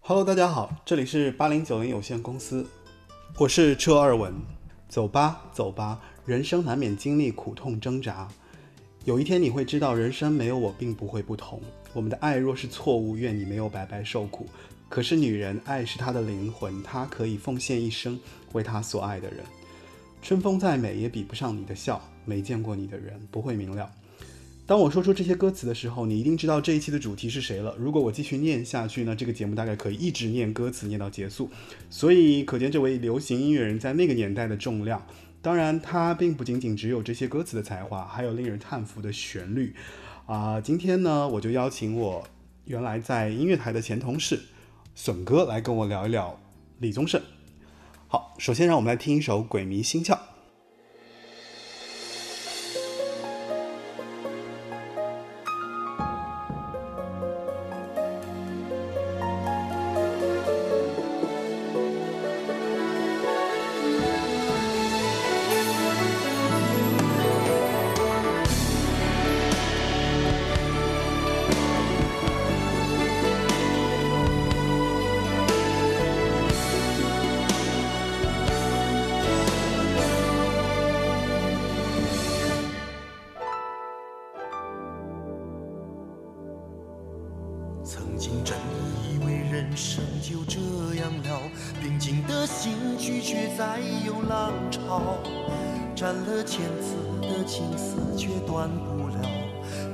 Hello，大家好，这里是八零九零有限公司，我是车二文。走吧，走吧，人生难免经历苦痛挣扎。有一天你会知道，人生没有我并不会不同。我们的爱若是错误，愿你没有白白受苦。可是女人，爱是她的灵魂，她可以奉献一生为她所爱的人。春风再美也比不上你的笑，没见过你的人不会明了。当我说出这些歌词的时候，你一定知道这一期的主题是谁了。如果我继续念下去呢，这个节目大概可以一直念歌词念到结束。所以可见这位流行音乐人在那个年代的重量。当然，他并不仅仅只有这些歌词的才华，还有令人叹服的旋律。啊、今天呢，我就邀请我原来在音乐台的前同事笋哥来跟我聊一聊李宗盛。好，首先让我们来听一首《鬼迷心窍》。曾经真以为人生就这样了，平静的心拒绝再有浪潮，斩了千次的情丝却断不了，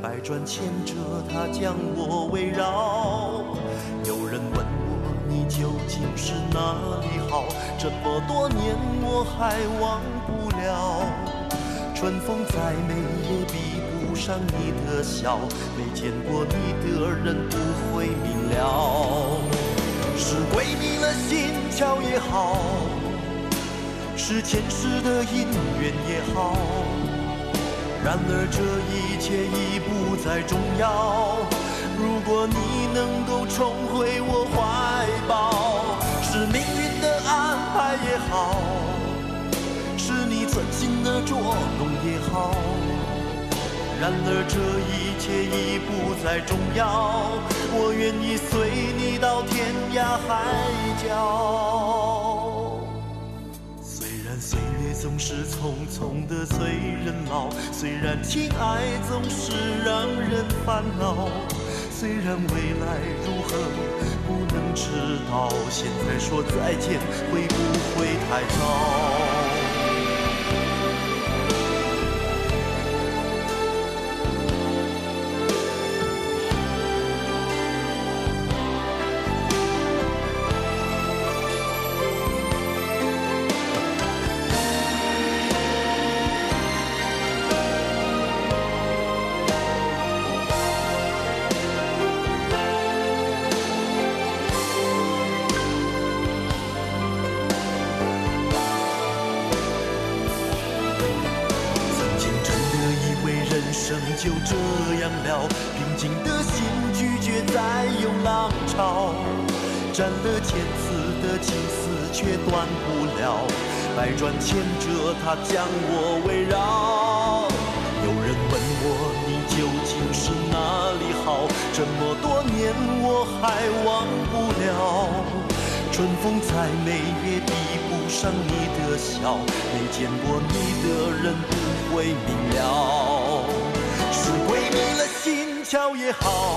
百转千折它将我围绕。有人问我你究竟是哪里好，这么多年我还忘不了。春风再美也比不上你的笑，没见过你的人不会明了，是鬼迷了心窍也好，是前世的因缘也好，然而这一切已不再重要。如果你能够重回我怀抱，是命运的安排也好。是你存心的捉弄也好，然而这一切已不再重要，我愿意随你到天涯海角。虽然岁月总是匆匆的催人老，虽然情爱总是让人烦恼，虽然未来如何不能知道，现在说再见会不会太早？曾经真的以为人生就这样了，平静的心拒绝再有浪潮，斩了千次的情丝却断不了，百转千折它将我围绕。有人问我你究竟是哪里好，这么多年我还忘不了。春风再美也比不上你的笑，没见过你的人不会明了。是鬼迷了心窍也好，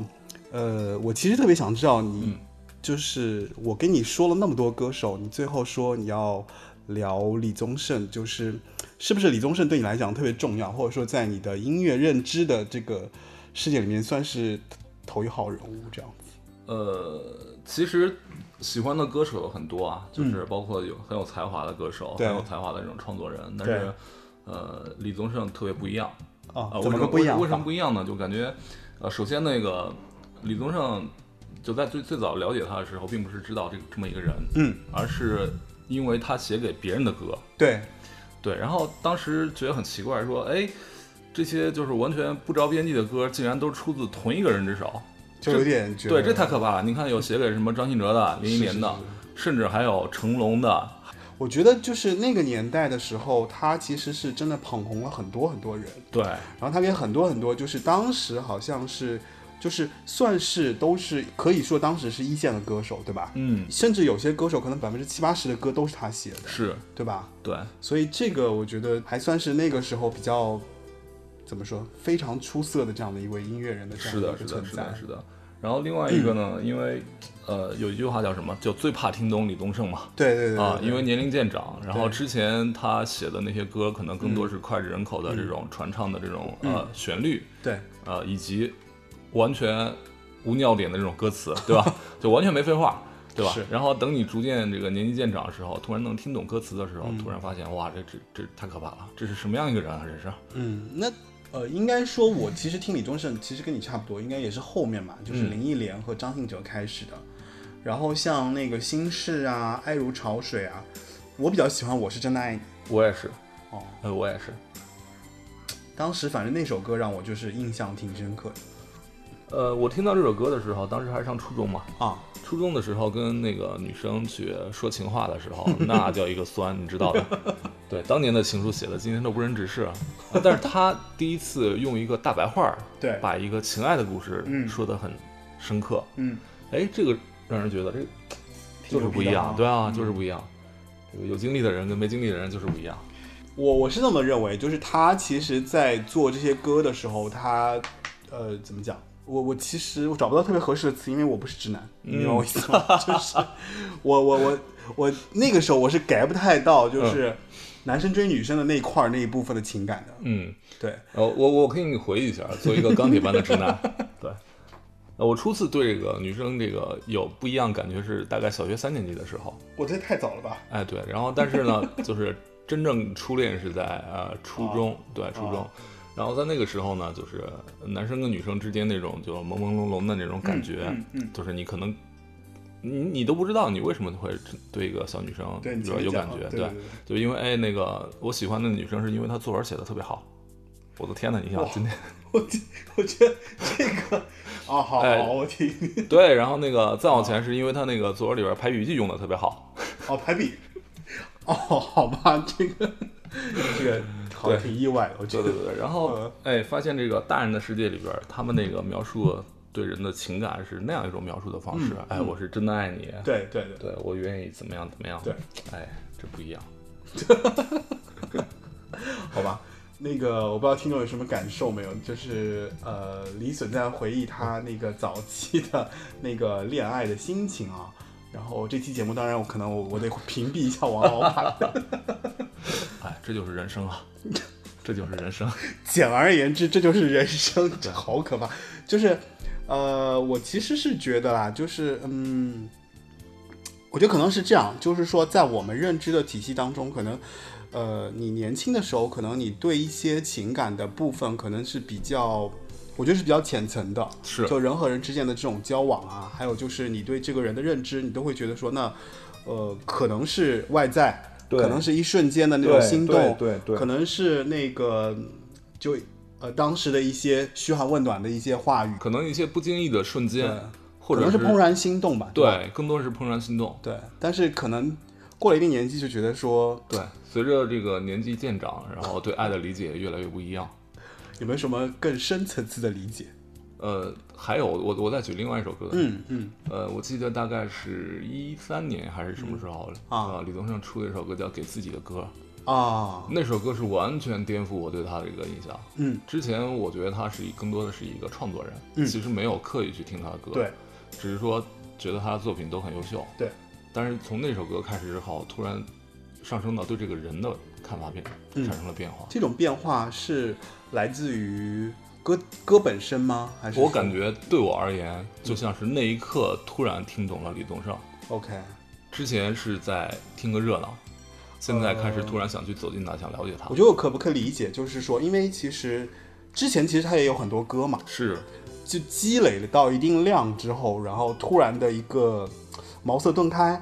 呃，我其实特别想知道你，嗯就是我跟你说了那么多歌手，你最后说你要聊李宗盛，就是是不是李宗盛对你来讲特别重要，或者说在你的音乐认知的这个世界里面算是头一号人物这样子？ 呃，其实喜欢的歌手有很多啊，就是包括有很有才华的歌手，嗯对很有才华的这种创作人，但对是呃，李宗盛特别不一样啊啊。，为怎么什个不一样为什么法？不一样呢？就感觉呃，首先那个李宗盛就在最最早了解他的时候，并不是知道这个这么一个人，嗯，而是因为他写给别人的歌，对，对，然后当时觉得很奇怪，说，哎，这些就是完全不着边际的歌，竟然都出自同一个人之手，就有点觉得对，这太可怕了。你看，有写给什么张信哲的、林忆莲的，甚至还有成龙的，我觉得就是那个年代的时候，他其实是真的捧红了很多很多人，对，然后他给很多很多，就是当时好像是，就是算是都是可以说当时是一线的歌手，对吧？嗯，甚至有些歌手可能百分之七八十的歌都是他写的，是对吧？对，所以这个我觉得还算是那个时候比较怎么说非常出色的这样的一位音乐人的这样是一的，个是的，存是在的，。是的。然后另外一个呢，因为呃，有一句话叫什么，就最怕听懂李宗盛嘛。对对对对啊，对因为年龄渐长，然后对嗯之前他写的那些歌，可能更多是脍炙人口的这种传唱的这种呃旋律，对呃，以及完全无尿点的这种歌词，对吧？ 就完全没废话，对吧是？然后等你逐渐这个年纪渐长的时候，突然能听懂歌词的时候，嗯突然发现，哇，这这这太可怕了！这是什么样一个人啊？这是嗯，那呃，应该说，我其实听李宗盛其实跟你差不多，应该也是后面嘛，就是嗯林忆莲和张信哲开始的。然后像那个《心事》啊，《爱如潮水》啊，我比较喜欢《我是真的爱你》我也是，哦。呃，我也是，当时反正那首歌让我就是印象挺深刻的呃，我听到这首歌的时候，当时还上初中嘛， 啊。初中的时候跟那个女生去说情话的时 候，那叫一个酸，你知道的。对，当年的情书写的今天都不忍直视 啊。但是他第一次用一个大白话儿，对把一个情爱的故事嗯说得很深刻。嗯，哎、这个让人觉得这挺就是牛不一逼的嗯样，对啊，就是不一样。这个有经历的人跟没经历的人就是不一样。我我是这么认为，就是他其实在做这些歌的时候，他呃怎么讲？我我其实我找不到特别合适的词，因为我不是直男，你明白我意思吗？ 就是我我我我那个时候我是 get 不太到，嗯就是男生追女生的那一块儿那一部分的情感的。嗯，对，呃，我我可以给你回忆一下，做一个钢铁般的直男。对，呃我初次对这个女生这个有不一样感觉是大概小学三年级的时候。我这太早了吧？哎，对，然后但是呢，就是真正初恋是在呃初中，啊对初中，然后在那个时候呢，就是男生跟女生之间那种就朦朦胧胧的那种感觉，嗯嗯就是你可能你你都不知道你为什么会对一个小女生对你前有面有讲感了觉，对对对就因为哎那个我喜欢的女生是因为她作文写的特别好，我的天呐，你想今天 我觉我觉得这个啊，好哎好，我听对，然后那个再往前是因为她那个作文里边排比句用的特别好，哦，排比哦，好吧，这个这个好像对挺意外的，我觉对得对对，对，然嗯后哎，发现这个大人的世界里边儿，他们那个描述对人的情感是那样一种描述的方式。哎，我是真的爱你，嗯 对对对。对我愿意怎么样怎么样。对，哎，这不一样。好吧，那个我不知道听众有什么感受没有，就是呃，李隼在回忆他那个早期的那个恋爱的心情啊。然后这期节目，当然我可能我我得屏蔽一下王老板。哎，这就是人生 啊，这就是人生。简而言之，这就是人生， 这好可怕。就是，呃，我其实是觉得啦，就是嗯，我觉得可能是这样，就是说，在我们认知的体系当中，可能，呃，你年轻的时候，可能你对一些情感的部分，可能是比较，我觉得是比较浅层的，是就人和人之间的这种交往啊，还有就是你对这个人的认知，你都会觉得说，那，呃，可能是外在。对可能是一瞬间的那种对心对动，对对可能是那个就呃当时的一些嘘寒问暖的一些话语，可能一些不经意的瞬对间，或者可能是怦然心动吧，吧对，更多是怦然心动。对，但是可能过了一定年纪就觉得说对，随着这个年纪渐长，然后对爱的理解越来越不一样。有没有什么更深层次的理解？呃，还有我我再举另外一首歌，嗯嗯，呃，我记得大概是一三年还是什么时候、啊呃李宗盛出了一首歌叫《给自己的歌》，啊，那首歌是完全颠覆我对他的一个印象。嗯，之前我觉得他是一更多的是一个创作人，嗯其实没有刻意去听他的歌，对，只是说觉得他的作品都很优秀，对。但是从那首歌开始之后，突然上升到对这个人的看法变嗯产生了变化。这种变化是来自于歌歌本身吗？还是我感觉对我而言，就像是那一刻突然听懂了李宗盛。说 OK，之前是在听个热闹，现在开始突然想去走进他，想了解他我。觉得我可不可以理解，就是说，因为其实之前其实他也有很多歌嘛，是，就积累了到一定量之后，然后突然的一个呃茅塞顿开，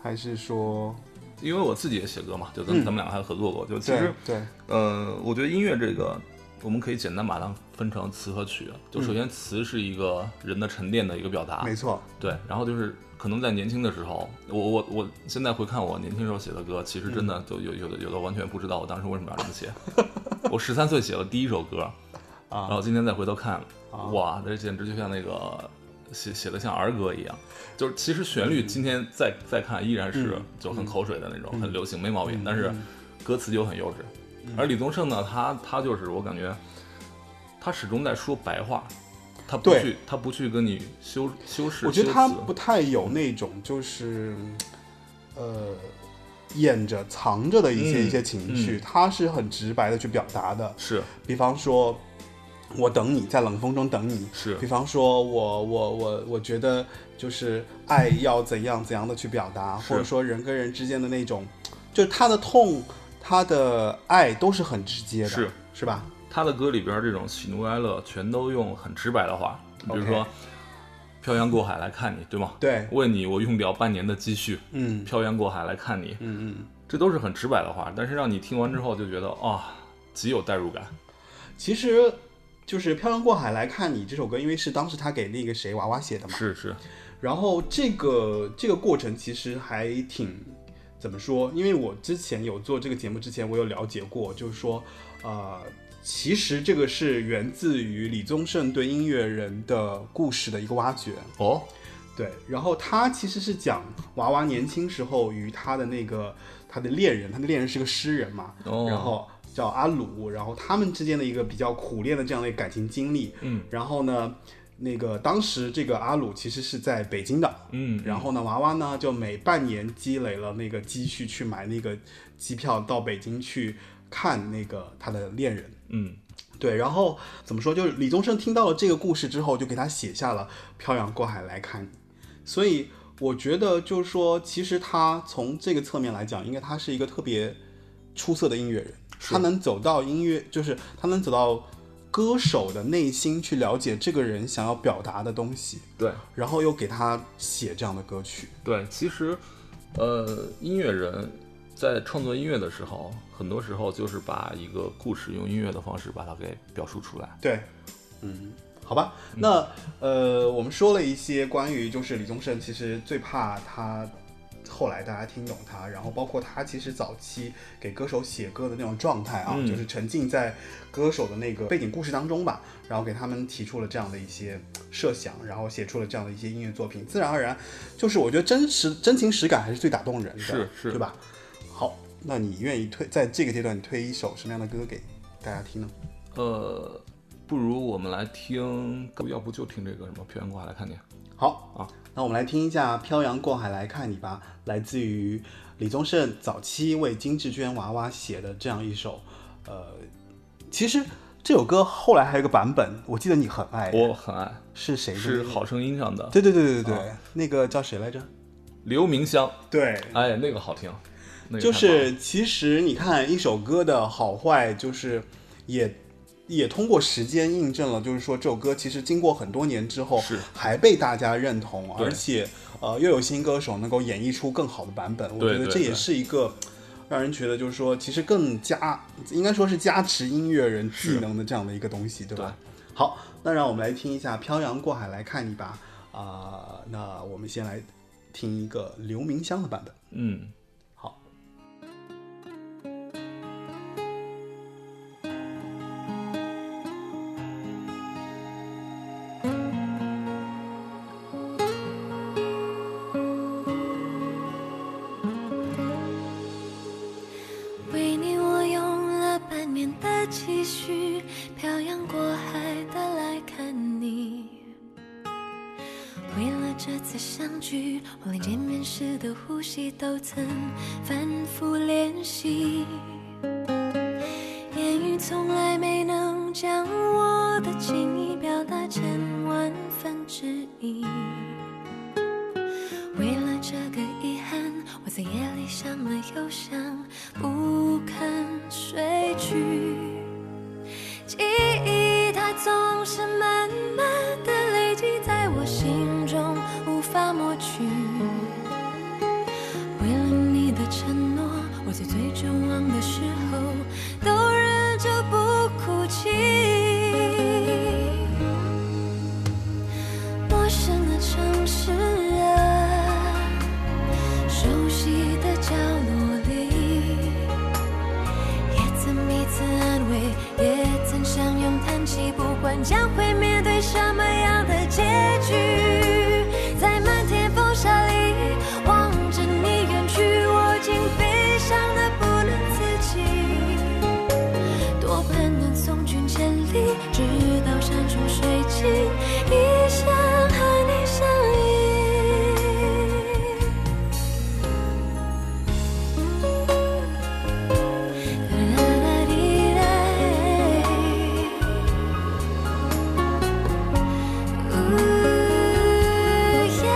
还是说，因为我自己也写歌嘛，就咱嗯咱们俩还合作过。就其对实，对，呃，我觉得音乐这个，我们可以简单把它分成词和曲。就首先词是一个人的沉淀的一个表达嗯没，错，对。然后就是可能在年轻的时候，我我我现在回看我年轻时候写的歌，其实真嗯的就有有的有的完全不知道我当时为什么要这么写。 我十三岁写了第一首歌，然啊后今天再回头看，啊哇，那简直就像那个写写的像儿歌一样，就是其实旋律今天再再看依然是嗯就很口水的那种，很流行没毛病，但是歌词就很幼稚。嗯而李宗盛呢，他他就是我感觉，他始终在说白话，他不对去他不去跟你修修饰，我觉得他修辞不太有那种就是，呃，掩着藏着的一些、嗯一些情绪，他是很直白的去表达的，是比方说，我等你在冷风中等你。是比方说我我我我觉得就是爱要怎样怎样的去表达，是或者说人跟人之间的那种，就是他的痛，他的爱都是很直接的，是是吧？他的歌里边这种喜怒哀乐全都用很直白的话，比如 OK 说漂洋过海来看你，对吗？对为你我用掉半年的积蓄，嗯漂洋过海来看你，嗯嗯。这都是很直白的话，但是让你听完之后就觉得啊、极有代入感。其实就是《漂洋过海来看你》这首歌，因为是当时他给那个谁娃娃写的嘛，是是，然后这个这个过程其实还挺怎么说？因为我之前有做这个节目之前，我有了解过，就是说，呃，其实这个是源自于李宗盛对音乐人的故事的一个挖掘。哦，对，然后他其实是讲娃娃年轻时候与他的那个他的恋人，他的恋人是个诗人嘛，哦然后叫阿鲁，然后他们之间的一个比较苦恋的这样的一个感情经历。嗯然后呢，那个当时这个阿鲁其实是在北京的，嗯，然后呢，娃娃呢就每半年积累了那个积蓄去买那个机票到北京去看那个他的恋人。嗯，对，然后怎么说？就是李宗盛听到了这个故事之后，就给他写下了《漂洋过海来看你》。所以我觉得，就是说，其实他从这个侧面来讲，应该他是一个特别出色的音乐人。是他能走到音乐，就是他能走到歌手的内心去了解这个人想要表达的东西，对然后又给他写这样的歌曲。对，其实，呃，音乐人在创作音乐的时候，很多时候就是把一个故事用音乐的方式把它给表述出来。对，嗯，好吧，那呃，我们说了一些关于就是李宗盛，其实最怕他后来大家听懂他，然后包括他其实早期给歌手写歌的那种状态啊，嗯就是沉浸在歌手的那个背景故事当中吧，然后给他们提出了这样的一些设想，然后写出了这样的一些音乐作品，自然而然就是我觉得真实真情实感还是最打动人的，是是对吧？好，那你愿意推在这个阶段你推一首什么样的歌给大家听呢？呃，不如我们来听，要不就听这个什么《漂洋过海来看你》。好啊，那我们来听一下《漂洋过海来看你》吧，来自于李宗盛早期为金志娟娃娃写的这样一首，呃，其实这首歌后来还有一个版本，我记得你很爱，我很爱，是谁的？是《好，声音》上的对对对对对对，那个叫谁来着？刘明湘，对，哎，那个好听，那个就太棒了是其实你看一首歌的好坏，就是也也通过时间印证了，就是说这首歌其实经过很多年之后是，还被大家认同，对而且呃又有新歌手能够演绎出更好的版本，我对觉得对这也对是一个让人觉得就是说，其实更加应该说是加持音乐人技能的这样的一个东西，对吧？好，那让我们来听一下《漂洋过海来看你》吧。啊、那我们先来听一个刘明湘的版本。嗯，好，为你我用了半年的积蓄，漂洋过海的来看你。为了这次相聚，我连见面时的呼吸都曾反复练习。言语从来没能将我的情意表达成万分之一。为了这个遗憾，我在夜里想了又想，不肯睡去。记忆它总是慢慢的累积在我心中，无法抹去。为了你的承诺，我在最绝望的时候都忍着不哭泣。陌生的城市啊，熟悉的角落里，也曾彼此安慰，也曾相拥叹气，不管将会面对什么样的结局，在漫天风沙里望着你远去，我竟悲伤的不能自己。多盼能送君千里，直到山穷水尽，一生和你相依。啦啦滴啦，呜耶。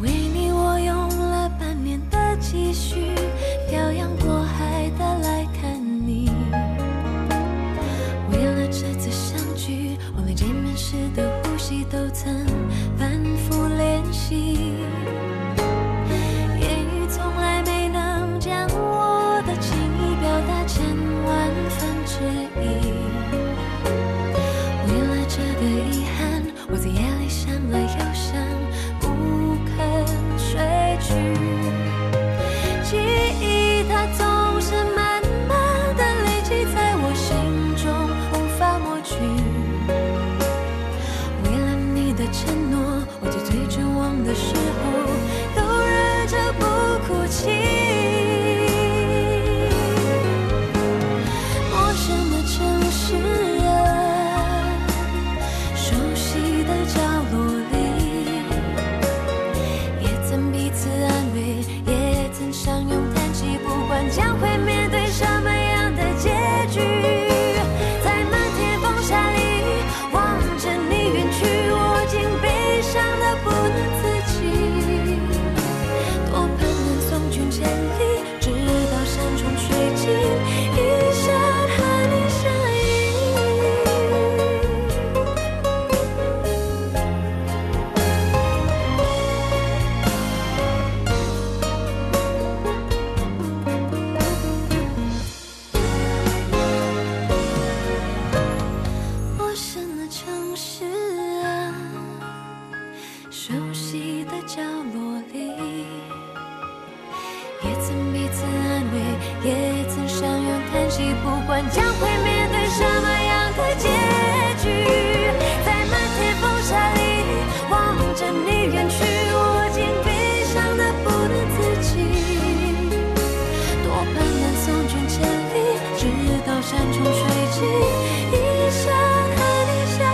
为你我用了半年的积蓄，漂洋过海的来看你。为了这次相聚，我连见面时的呼吸都曾反复练习。言语从来没能将我的情意表达成万分之一。为了这个遗憾，我在夜里想了又想，不肯睡去。记忆它总是慢慢的累积在我心中，无法抹去。为了你的承诺，我在最绝望的时候，都忍着不哭泣。陌生的城市啊，熟悉的角落里，也曾彼此安慰，也曾相拥叹气，不管将会面对什么样的结局，在漫天风沙里望着你远去，我竟悲伤的不能自己。多盼能送君千里，直到山穷水尽，一生和你相依。陌生的城市啊，熟悉的角落里，也曾彼此安慰，也曾相拥叹息，不管将会面对什么样的结局，在漫天风沙里望着你远去，我竟悲伤的不能自己。多盼能送君千里，直到山穷水尽，一生和你相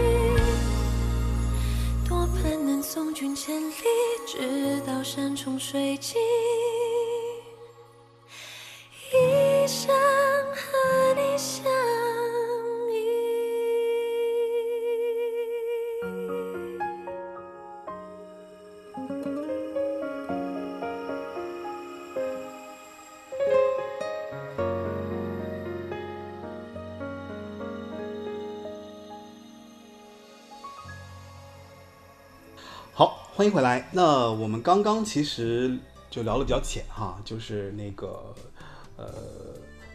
依。多盼能送君千里，直到山穷水尽，一生和你相依。欢迎回来。那我们刚刚其实就聊的比较浅哈，就是那个呃，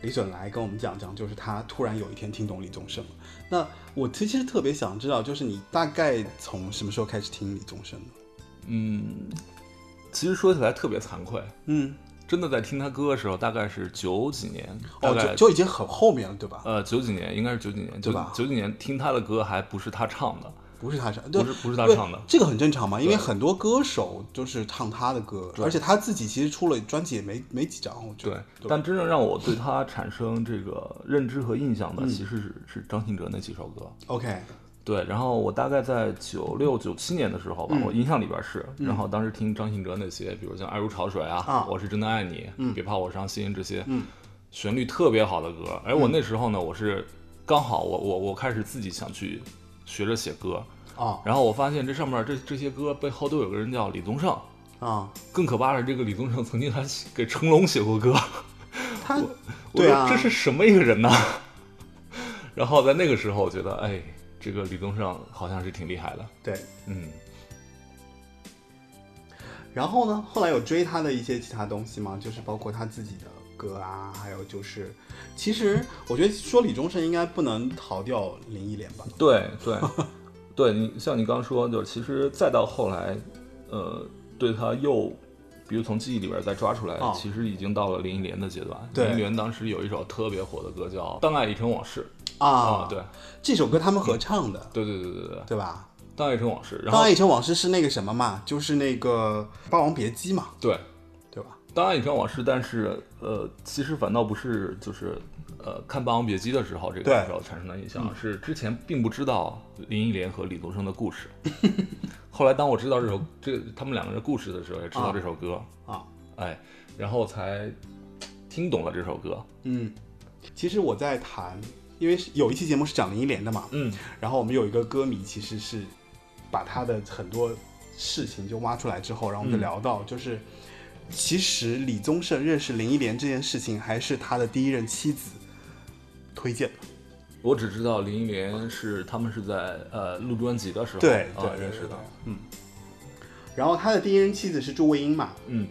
李准来跟我们讲讲，就是他突然有一天听懂李宗盛了。那我其实特别想知道，就是你大概从什么时候开始听李宗盛的？嗯，其实说起来特别惭愧，嗯，真的在听他歌的时候，大概是九几年，大哦，概就就已经很后面了，对吧？呃九几年，应该是九几年，九对吧九几年听他的歌还不是他唱的，不是他唱，对不是不是他对唱的这个很正常嘛，因为对很多歌手就是唱他的歌，而且他自己其实出了专辑也没没几张，我觉对得。，但真正让我对他产生这个认知和印象嗯的，其实是、是张信哲那几首歌。 OK，对，然后我大概在九六九七年的时嗯候吧，我印象里边是，然后当时听张信哲那些，比如像《爱如潮水》啊，啊嗯我是真的爱你》，别怕我伤心这些，旋律特别好的歌。而我那时候呢，我是刚好我我我开始自己想去学着写歌，啊然后我发现这上面这这些歌背后都有个人叫李宗盛，啊，更可怕的是，这个李宗盛曾经还写给成龙写过歌。 他我对说啊这是什么一个人呐？ 然后在那个时候，我觉得，哎，这个李宗盛好像是挺厉害的，对，嗯，然后呢，后来有追他的一些其他东西吗？就是包括他自己的歌啊，还有就是，其实我觉得说李宗盛应该不能逃掉林忆莲吧？对对对，你像你刚说，就是其实再到后来，呃，对他又，比如从记忆里边再抓出来，哦其实已经到了林忆莲的阶段。对林忆莲当时有一首特别火的歌叫《当爱已成往事》啊，对，这首歌他们合唱的，对对对对对，《对吧？当爱已成往事》，然当后爱已成往事是那个什么嘛，就是那个《霸王别姬》嘛，对。对吧？当然，以上往事，但是呃，其实反倒不是就是呃，看《霸王别姬》的时候，这个对嗯时候产生的印象、是之前并不知道林忆莲和李宗盛的故事， 后来当我知道这首这他们两个人的故事的时候，也知道这首歌，啊，哎，然后才听懂了这首歌，嗯，其实我在谈，因为是有一期节目是讲林忆莲的嘛，嗯，然后我们有一个歌迷其实是把他的很多事情就挖出来之后，然后我们嗯就聊到就是。其实李宗盛认识林忆莲这件事情，还是他的第一任妻子推荐的。我只知道林忆莲是他们是在呃录专辑的时候对啊对，认识对的，，嗯。然后他的第一任妻子是祝卫英嘛，嗯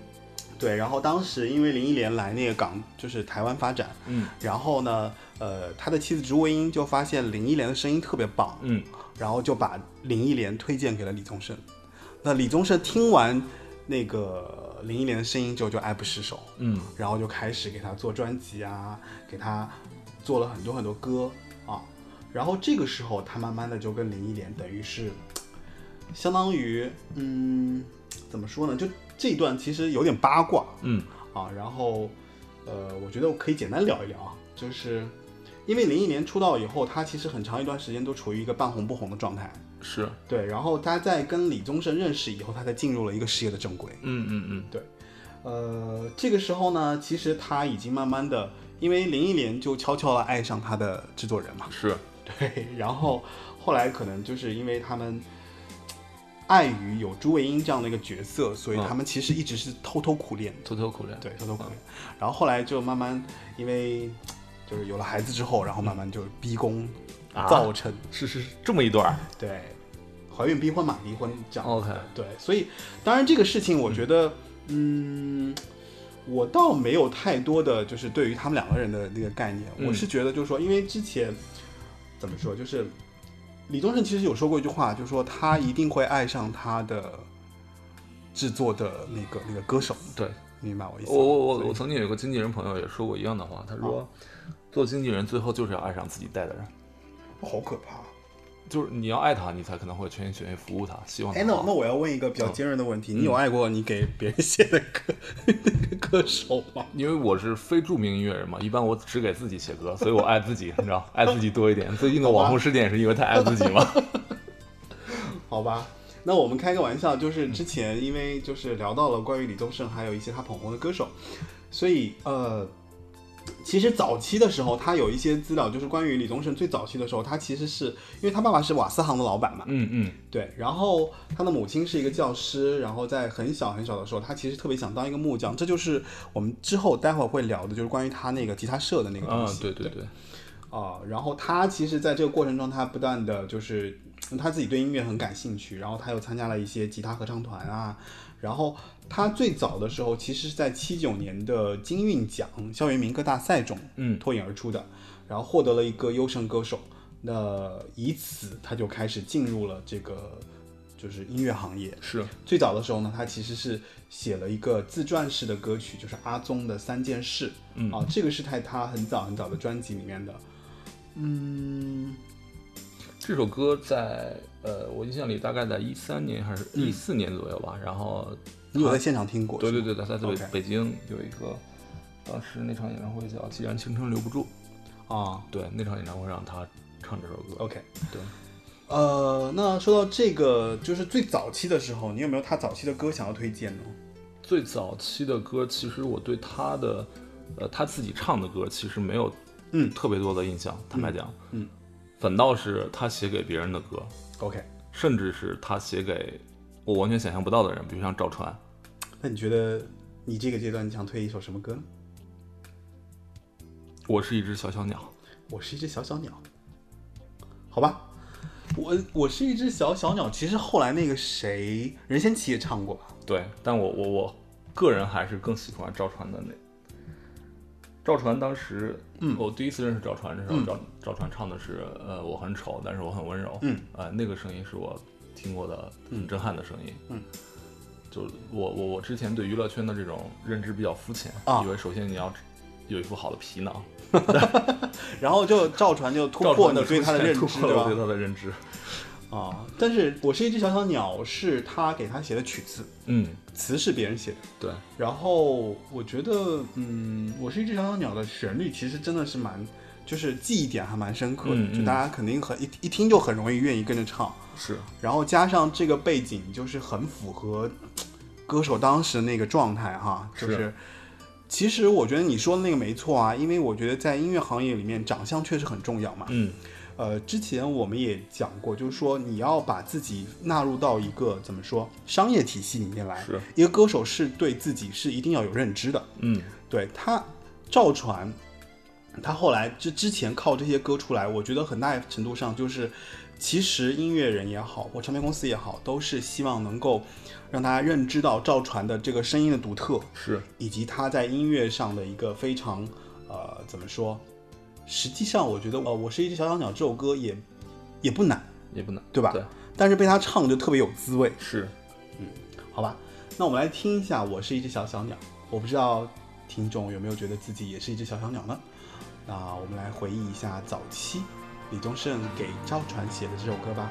对。然后当时因为林忆莲来那个港，就是台湾发展，嗯然后呢，呃，他的妻子朱卫英就发现林忆莲的声音特别棒，嗯，然后就把林忆莲推荐给了李宗盛。那李宗盛听完那个林忆莲的声音之后就爱不释手，嗯，然后就开始给她做专辑啊，给她做了很多很多歌啊。然后这个时候，他慢慢的就跟林忆莲等于是，相当于，嗯，怎么说呢？就这一段其实有点八卦，嗯啊，然后呃，我觉得我可以简单聊一聊啊，就是因为零一年出道以后，他其实很长一段时间都处于一个半红不红的状态，是，对，然后他在跟李宗盛认识以后，他才进入了一个事业的正轨。嗯嗯嗯，呃，这个时候呢，其实他已经慢慢的，因为林忆莲就悄悄的爱上他的制作人嘛， 是，对，然后后来可能就是因为他们。碍于有朱卫英这样的一个角色，所以嗯他们其实一直是偷偷苦练的。偷偷苦练，对，偷偷苦练。嗯然后后来就慢慢因为就是有了孩子之后，然后慢慢就是逼宫啊造成、是是这么一段儿对怀孕逼婚嘛，离婚这样。 ，OK，对，所以当然这个事情，我觉得，嗯。我倒没有太多的，就是对于他们两个人的那个概念，嗯我是觉得就是说，因为之前怎么说，就是李宗盛其实有说过一句话，就是说他一定会爱上他的制作的那个那个歌手，对，你明白我意思吗？我我我所以我曾经有一个经纪人朋友也说过一样的话，他说，做经纪人最后就是要爱上自己带的人，好可怕！啊就是你要爱他，你才可能会全心全意服务他，希望他哎，那好嗯那我要问一个比较尖锐的问题：你有爱过你给别人写的歌 那个歌手吗？因为我是非著名音乐人嘛，一般我只给自己写歌，所以我爱自己，你知道，爱自己多一点。最近的网红事件也是因为太爱自己嘛。好吧，那我们开个玩笑，就是之前因为就是聊到了关于李宗盛，还有一些他捧红的歌手，所以呃，其实早期的时候，他有一些资料，就是关于李宗盛最早期的时候，他其实是因为他爸爸是瓦斯行的老板嘛， 嗯 嗯，对，然后他的母亲是一个教师，然后在很小很小的时候，他其实特别想当一个木匠，这就是我们之后待会儿会聊的，就是关于他那个吉他社的那个东啊西。，对对对，啊、然后他其实在这个过程中，他不断的就是嗯他自己对音乐很感兴趣，然后他又参加了一些吉他合唱团啊，然后他最早的时候其实是在七九年的金韵奖校园民歌大赛中，嗯脱颖而出的，然后获得了一个优胜歌手，那以此他就开始进入了这个就是音乐行业，是最早的时候呢，他其实是写了一个自传式的歌曲，就是阿宗的《三件事》嗯啊，这个是在他很早很早的专辑里面的。嗯，这首歌在呃我印象里大概在一三年还是一四年左右吧，然后你有在现场听过？对对对，是吗他在北 OK 北京有一个，当时那场演唱会叫《既然青春留不住》，啊对，那场演唱会让他唱这首歌。 ，OK。对，呃，那说到这个，就是最早期的时候，你有没有他早期的歌想要推荐呢？最早期的歌，其实我对他的，呃，他自己唱的歌其实没有，嗯特别多的印象。坦白讲，嗯反倒是他写给别人的歌， ，OK。甚至是他写给我完全想象不到的人，比如像赵传。那你觉得你这个阶段你想推一首什么歌呢？我是一只小小鸟，我是一只小小鸟，好吧。我我是一只小小鸟。其实后来那个谁，任贤齐也唱过吧？对，但我我我个人还是更喜欢赵传的那。赵传当时，嗯，我第一次认识赵传的时候，赵赵传唱的是，呃，我很丑，但是我很温柔，嗯，呃，那个声音是我听过的很震撼的声音，嗯，就是我我我之前对娱乐圈的这种认知比较肤浅，啊以为首先你要有一副好的皮囊，然后就赵传就突赵破传你的对他的出现认突知，破了我对对吧？他的认知，啊，但是我是一只小小鸟，是他给他写的曲子，嗯，词是别人写的。对，然后我觉得，嗯，我是一只小小鸟的旋律其实真的是蛮，就是记忆点还蛮深刻的，嗯就大家肯定很一一听就很容易愿意跟着唱。是，然后加上这个背景，就是很符合歌手当时那个状态哈，就是是。其实我觉得你说的那个没错啊，因为我觉得在音乐行业里面，长相确实很重要嘛。嗯，呃，之前我们也讲过，就是说你要把自己纳入到一个怎么说商业体系里面来。是一个歌手是对自己是一定要有认知的。嗯，对他，赵传，他后来之之前靠这些歌出来，我觉得很大程度上就是，其实音乐人也好，或唱片公司也好，都是希望能够让大家认知到赵传的这个声音的独特，是，以及他在音乐上的一个非常呃怎么说？实际上，我觉得呃，我是一只小小鸟这首歌也也不难，也不难，对吧对，但是被他唱就特别有滋味，是，好吧？那我们来听一下《我是一只小小鸟》，我不知道听众有没有觉得自己也是一只小小鸟呢？那我们来回忆一下早期李宗盛给赵传写的这首歌吧。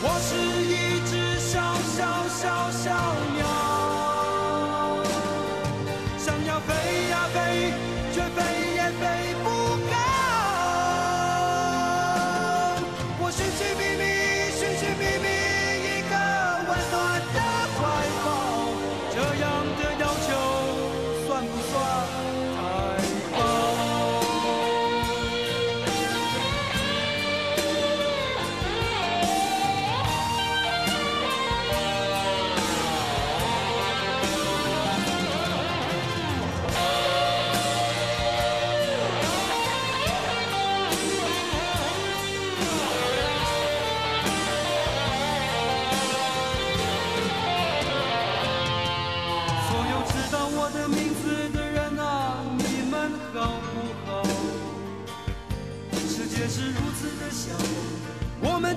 我是一只小小小小鸟，想要飞呀飞，却飞也飞不高。知道我的名字的人啊，你们好不好？世界是如此的小，我们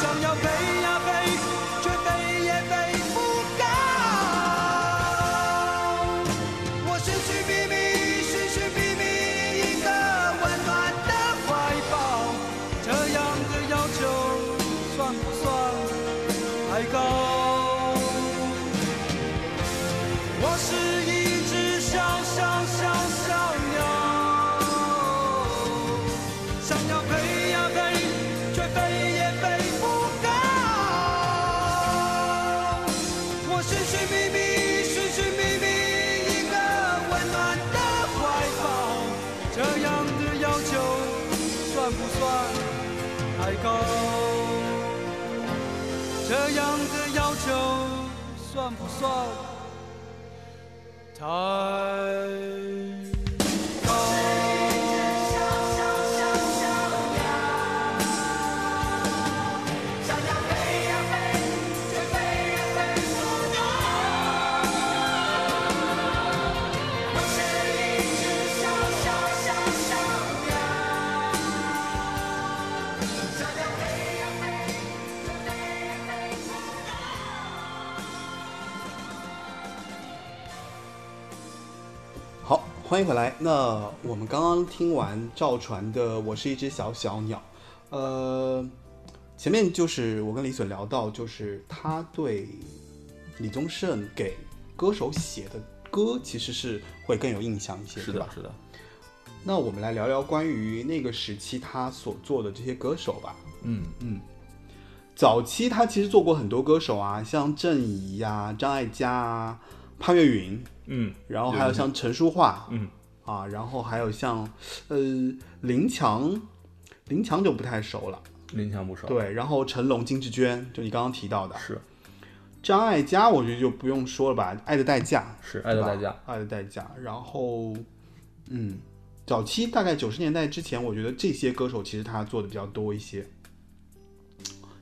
想要飞呀飞，却飞也飞不高。我寻寻觅觅，寻寻觅觅一个温暖的怀抱，这样的要求算不算太高？我是一只小小小小鸟，想要飞呀飞，却飞也飞不高。我寻寻觅觅，寻寻觅觅一个温暖的怀抱，这样的要求算不算太高？这样的要求算不算？太高。好，欢迎回来。那我们刚刚听完赵传的《我是一只小小鸟》，呃，前面就是我跟李隼聊到，就是他对李宗盛给歌手写的歌其实是会更有印象一些，是对的吧，？是的。那我们来聊聊关于那个时期他所做的这些歌手吧。嗯，嗯，早期他其实做过很多歌手啊，像郑怡呀、张艾嘉啊、潘越云，嗯然后还有像陈淑桦，嗯，啊，然后还有像呃林强，林强就不太熟了。林强不少。，对，然后成龙、金志娟，就你刚刚提到的是张艾嘉，我觉得就不用说了吧，《爱的代价》是，爱的代价对吧，爱的代价。然后，嗯，早期大概九十年代之前，我觉得这些歌手其实他做的比较多一些。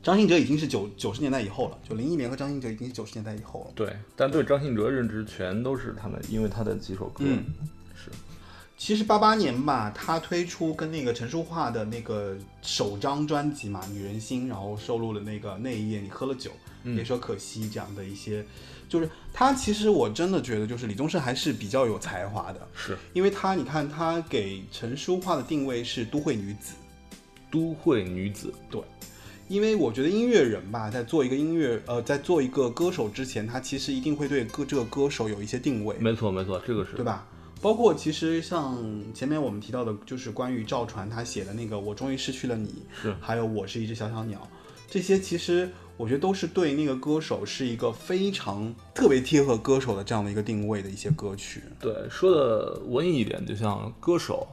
张信哲已经是九九十年代以后了，就零一年和张信哲已经是九十年代以后了。对，但对张信哲认知全都是他们，因为他的几首歌。嗯是其实八八年吧，他推出跟那个陈淑桦的那个首张专辑嘛，《女人心》，然后收录了那个那一夜你喝了酒，嗯别说可惜这样的一些，就是他其实我真的觉得就是李宗盛还是比较有才华的，是因为他你看他给陈淑桦的定位是都会女子，都会女子。对，因为我觉得音乐人吧，在做一个音乐呃，在做一个歌手之前，他其实一定会对歌这个歌手有一些定位，没错没错，这个是对吧？包括其实像前面我们提到的，就是关于赵传他写的那个《我终于失去了你》，是还有《我是一只小小鸟》，这些其实我觉得都是对那个歌手是一个非常特别贴合歌手的这样的一个定位的一些歌曲。对，说的文艺一点，就像歌手，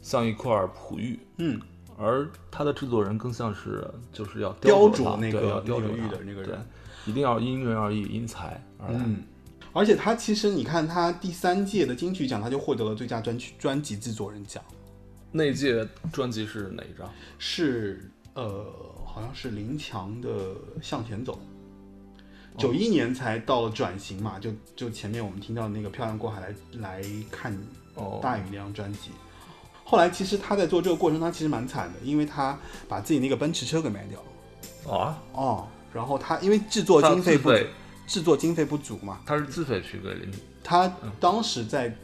像一块璞玉，嗯，而他的制作人更像是就是要雕琢琢它那对个要雕那个琢玉它的那个人对，一定要因人而异，因材而来。嗯，而且他其实你看他第三届的金曲奖，他就获得了最佳专曲专辑制作人奖，那届专辑是哪一张？是呃好像是林强的《向前走》。哦九一年才到了转型嘛，就就前面我们听到的那个《漂洋过海来来看你》哦，大宇那张专辑。后来其实他在做这个过程，他其实蛮惨的，因为他把自己那个奔驰车给卖掉了。啊，哦，然后他因为制作他经费自不足费，制作经费不足嘛，他是自费去给林，他当时在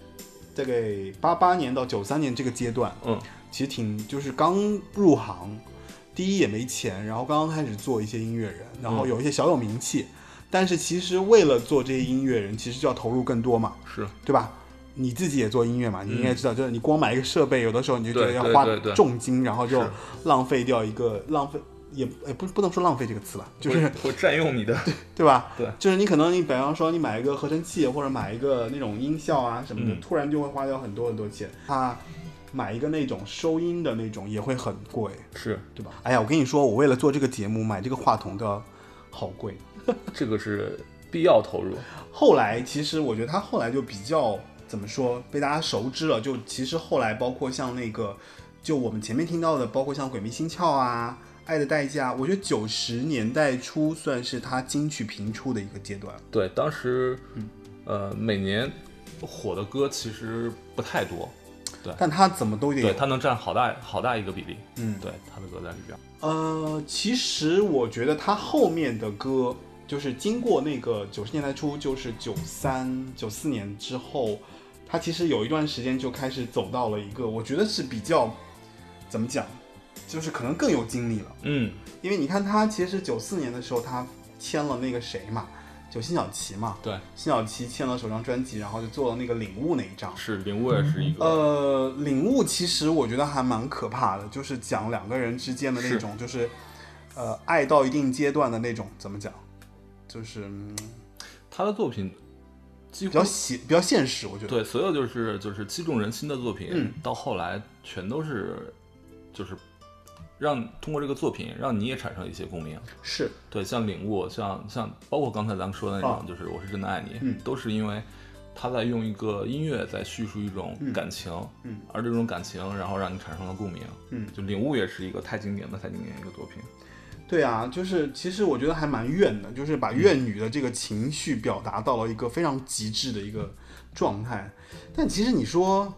大概八八年到九三年这个阶段，嗯，其实挺就是刚入行，第一也没钱，然后刚刚开始做一些音乐人，然嗯后有一些小有名气，但是其实为了做这些音乐人，其实就要投入更多嘛，是对吧？你自己也做音乐嘛，你应该知道，就是你光买一个设备，有的时候你就觉得对要嗯对花对对重金，然后就是浪费掉一个浪费，也也不不能说浪费这个词吧，就会是会占用你的，对吧？对就是你可能你比方说你买一个合成器或者买一个那种音效啊什么的，嗯突然就会花掉很多很多钱。他买一个那种收音的那种也会很贵，是对吧？哎呀，我跟你说，我为了做这个节目买这个话筒的好贵。这个是必要投入，后来其实我觉得他后来就比较怎么说被大家熟知了，就其实后来包括像那个，就我们前面听到的，包括像《鬼迷心窍》啊，《爱的代价》，我觉得九十年代初算是他金曲频出的一个阶段。对，当时，呃，每年火的歌其实不太多，嗯但他怎么都得对，有。它能占好大好大一个比例。嗯对，他的歌单里边，呃，其实我觉得他后面的歌，就是经过那个九十年代初，就是九三九四年之后，他其实有一段时间就开始走到了一个，我觉得是比较怎么讲，就是可能更有精力了。嗯，因为你看他其实九四年的时候，他签了那个谁嘛，就辛晓琪嘛，对，辛晓琪签了首张专辑，然后就做了那个《领悟》那一张。是领悟也是一个，呃，领悟其实我觉得还蛮可怕的，就是讲两个人之间的那是种，就是呃，爱到一定阶段的那种，怎么讲，就是、嗯他的作品几比乎较现比较现实，我觉得。对所有就是就是击中人心的作品，嗯到后来全都是就是让通过这个作品让你也产生一些共鸣。是对，像领悟，像像包括刚才咱们说的那种，啊就是我是真的爱你，嗯都是因为他在用一个音乐在叙述一种嗯感情，嗯而这种感情然后让你产生了共鸣，嗯就领悟也是一个太经典的太经典的一个作品，对啊，就是其实我觉得还蛮怨的，就是把怨女的这个情绪表达到了一个非常极致的一个状态。但其实你说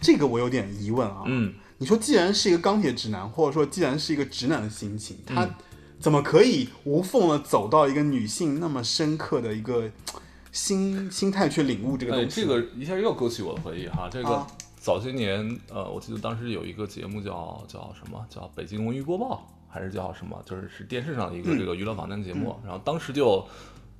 这个，我有点疑问啊。嗯，你说既然是一个钢铁直男，或者说既然是一个直男的心情，他嗯怎么可以无缝的走到一个女性那么深刻的一个心心态去领悟这个哎，东西？这个一下又勾起我的回忆哈，这个啊早些年，呃，我记得当时有一个节目叫叫什么，叫《北京文娱播报》还是叫什么，就是是电视上的一嗯个这个娱乐访谈节目，然后当时就，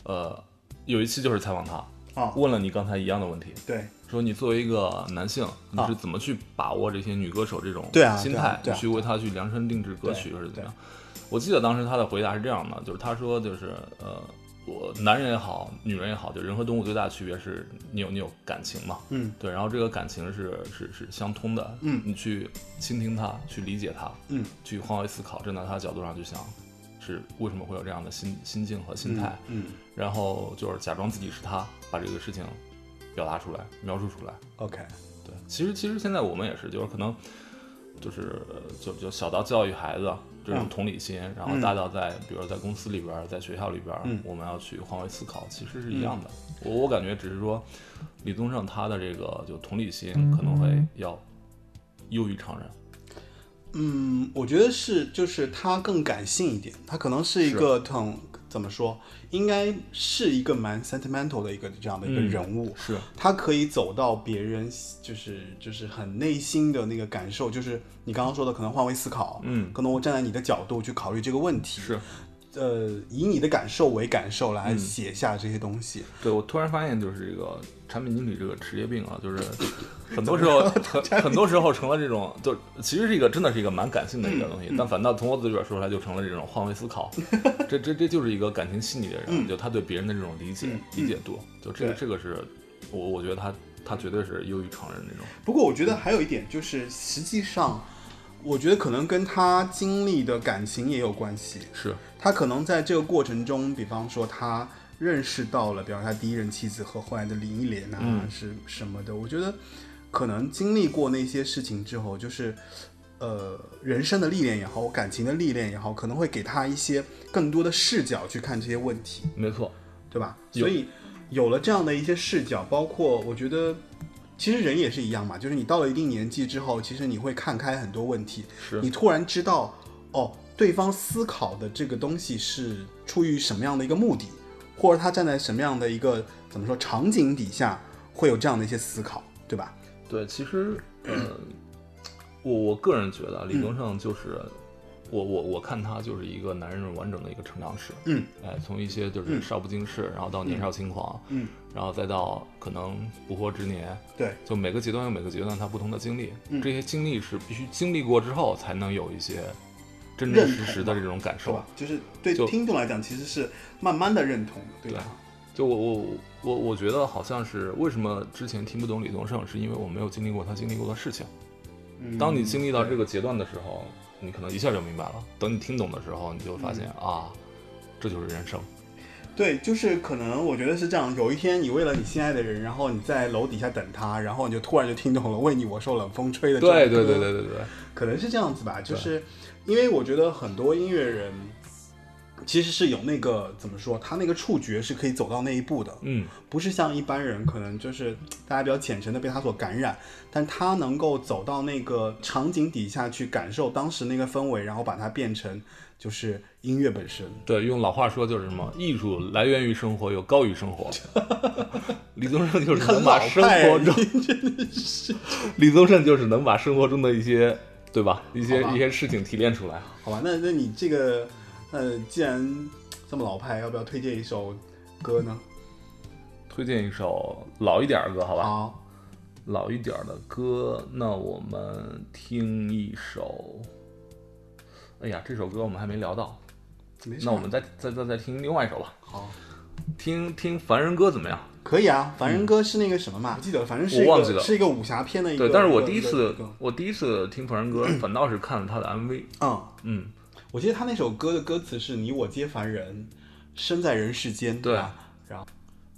呃，有一期就是采访他，啊，问了你刚才一样的问题，对，说你作为一个男性，你是怎么去把握这些女歌手这种啊对啊心对啊态，对啊你去为她去量身定制歌曲对或者怎么样？我记得当时他的回答是这样的，就是他说就是呃，我男人也好，女人也好，就人和动物最大的区别是你有你有感情嘛，嗯对，然后这个感情是是是相通的，嗯你去倾听他，去理解他，嗯，去换位思考，站在他的角度上去想，是为什么会有这样的心心境和心态，嗯然后就是假装自己是他，把这个事情表达出来、描述出来。 ，OK，对，其实其实现在我们也是，就是可能就是呃就就小到教育孩子这种嗯同理心，然后嗯大到在比如说在公司里边儿、在学校里边儿，嗯我们要去换位思考，其实是一样的。我我感觉只是说，李宗盛他的这个就同理心可能会要优于常人。嗯，我觉得是，就是他更感性一点，他可能是一个挺怎么说，应该是一个蛮 sentimental 的一个这样的一个嗯人物，是他可以走到别人就是就是很内心的那个感受，就是你刚刚说的可能换位思考，嗯可能我站在你的角度去考虑这个问题，是，呃，以你的感受为感受来嗯写下这些东西，对我突然发现，就是这个产品经理这个职业病啊，就是很多时候很很多时候成了这种，就其实是一个真的是一个蛮感性的一个东西，但反倒从我嘴里边说出来就成了这种换位思考，这这这就是一个感情细腻的人，就他对别人的这种理解、理解度，就这个对这个是我我觉得他他绝对是优于常人那种，不过我觉得还有一点就是，实际上，我觉得可能跟他经历的感情也有关系。是他可能在这个过程中，比方说他认识到了，比方说他第一任妻子和后来的林忆莲啊，嗯是什么的。我觉得可能经历过那些事情之后，就是呃人生的历练也好，感情的历练也好，可能会给他一些更多的视角去看这些问题。没错，对吧？有所以有了这样的一些视角，包括我觉得，其实人也是一样嘛，就是你到了一定年纪之后，其实你会看开很多问题，是你突然知道，哦，对方思考的这个东西是出于什么样的一个目的，或者他站在什么样的一个怎么说场景底下会有这样的一些思考，对吧？对，其实，呃，我我个人觉得啊李嗯宗盛就是，我我我看他就是一个男人完整的一个成长史。嗯，哎，从一些就是嗯少不经事，然后到年少轻狂，嗯，然后再到可能不惑之年，对，就每个阶段有每个阶段他不同的经历，嗯这些经历是必须经历过之后才能有一些真真实实的认同吧这种感是受吧。？就是对就听众来讲，其实是慢慢的认同的，对吧？就我我我我觉得好像是为什么之前听不懂李宗盛，是因为我没有经历过他经历过的事情。嗯当你经历到这个阶段的时候，你可能一下就明白了。等你听懂的时候，你就发现、嗯啊，这就是人生。对，就是可能我觉得是这样。有一天你为了你心爱的人，然后你在楼底下等他，然后你就突然就听懂了“为你我受冷风吹”的这首对对歌对对对对，可能是这样子吧，就是因为我觉得很多音乐人其实是有那个怎么说，他那个触觉是可以走到那一步的，嗯，不是像一般人可能就是大家比较浅层的被他所感染，但他能够走到那个场景底下去感受当时那个氛围，然后把它变成就是音乐本身。对，用老话说就是什么，艺术来源于生活，又高于生活。 李宗盛就是能把生活中，李宗盛就是能把生活中的一些，对吧？一些好吧一些事情提炼出来。好吧，那那你这个呃，既然这么老派，要不要推荐一首歌呢？推荐一首老一点儿的歌，好吧？好，老一点儿的歌，那我们听一首。哎呀，这首歌我们还没聊到，没事那啊我们再再再再听另外一首吧，好。听听《凡人歌》怎么样？可以啊，凡人歌是那个什么嘛？不记得，反正是一个嗯我忘记了是一个武侠片的一个。对，但是我一个第一一次个我第一次听《凡人 歌》，反倒是看了他的 MV，嗯，嗯，我记得他那首歌的歌词是“你我皆凡人，身在人世间”，对吧？然后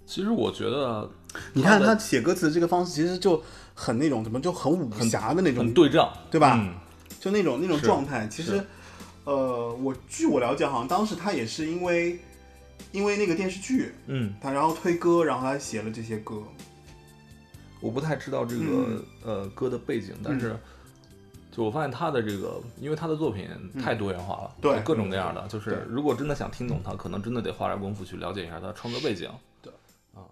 其实我觉得你看的他写歌词这个方式，其实就很那种怎么就很武侠的那种很，对仗，对吧嗯就那种那种是状态。其实是，呃，我据我了解，好像当时他也是因为因为那个电视剧，嗯，他然后推歌，然后他写了这些歌。我不太知道这个、嗯呃歌的背景，但是就我发现他的这个，因为他的作品太多元化了，嗯对就各种各样的，就是对如果真的想听懂他，可能真的得花点功夫去了解一下他的创作背景。对，啊，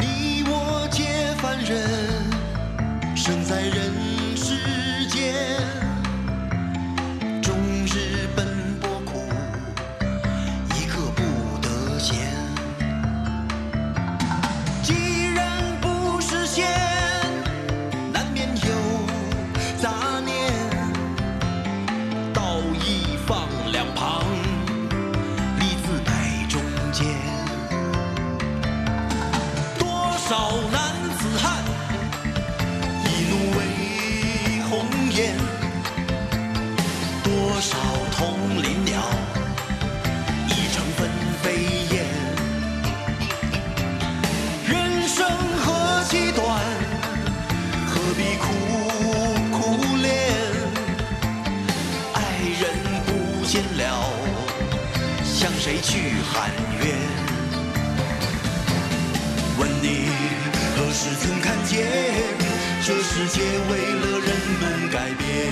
你我皆凡人，生在人世间，终日奔波苦，一刻不得闲。既然不实现，难免有杂念，道义放两旁，利字摆中间。多少男子汉，一怒为红颜；多少同林鸟，一成分飞燕。人生何其短，何必苦苦恋？爱人不见了，向谁去喊冤？问你何时曾看见，这世界为了人们改变？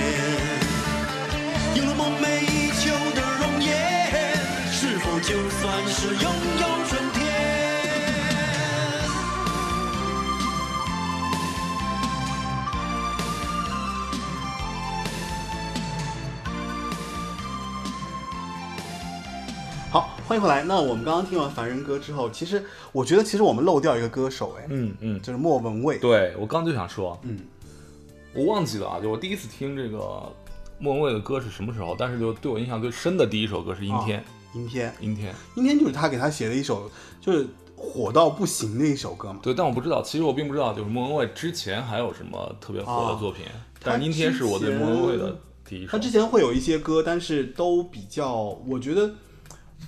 有了梦寐以求的容颜，是否就算是拥有春天？好，欢迎回来。那我们刚刚听完凡人歌之后，其实我觉得其实我们漏掉一个歌手，哎，嗯嗯，就是莫文蔚。对我刚就想说，嗯，我忘记了啊，就我第一次听这个莫文蔚的歌是什么时候，但是就对我印象最深的第一首歌是《阴天》啊阴天，阴天，阴天就是他给他写的一首，就是火到不行的一首歌嘛。对，但我不知道，其实我并不知道，就是莫文蔚之前还有什么特别火啊的作品，他但是《阴天》是我对之前莫文蔚的第一首。他之前会有一些歌，但是都比较，我觉得，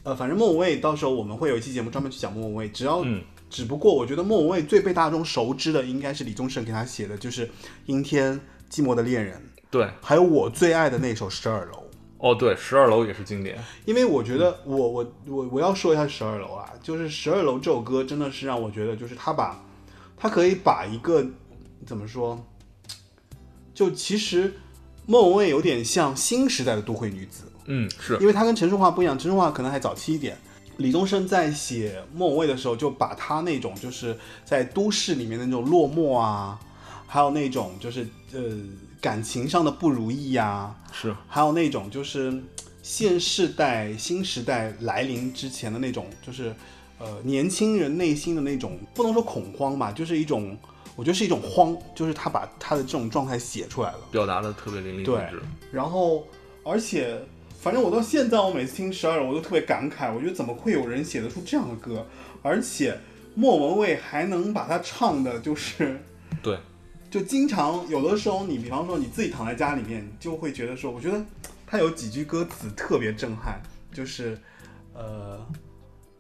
呃，反正莫文蔚到时候我们会有一期节目专门去讲莫文蔚，只要，嗯只不过我觉得莫文蔚最被大众熟知的应该是李宗盛给他写的，就是《阴天》《寂寞的恋人》，对，还有我最爱的那首《十二楼》。哦对，十二楼也是经典，因为我觉得我我我我要说一下十二楼啊，就是十二楼这首歌真的是让我觉得，就是他把，他可以把一个怎么说，就其实莫文蔚有点像新时代的都会女子，嗯是因为她跟陈淑桦不一样，陈淑桦可能还早期一点。李宗盛在写莫文蔚的时候，就把她那种就是在都市里面的那种落寞啊，还有那种就是呃感情上的不如意啊呀、是还有那种就是嗯现世代、新时代来临之前的那种，就是呃年轻人内心的那种，不能说恐慌吧，就是一种，我觉得是一种慌，就是他把他的这种状态写出来了。表达的特别淋漓尽对致。然后，而且，反正我到现在，我每次听十二，我都特别感慨，我觉得怎么会有人写得出这样的歌，而且莫文蔚还能把它唱的，就是对，就经常有的时候，你比方说你自己躺在家里面，就会觉得说，我觉得他有几句歌词特别震撼，就是呃，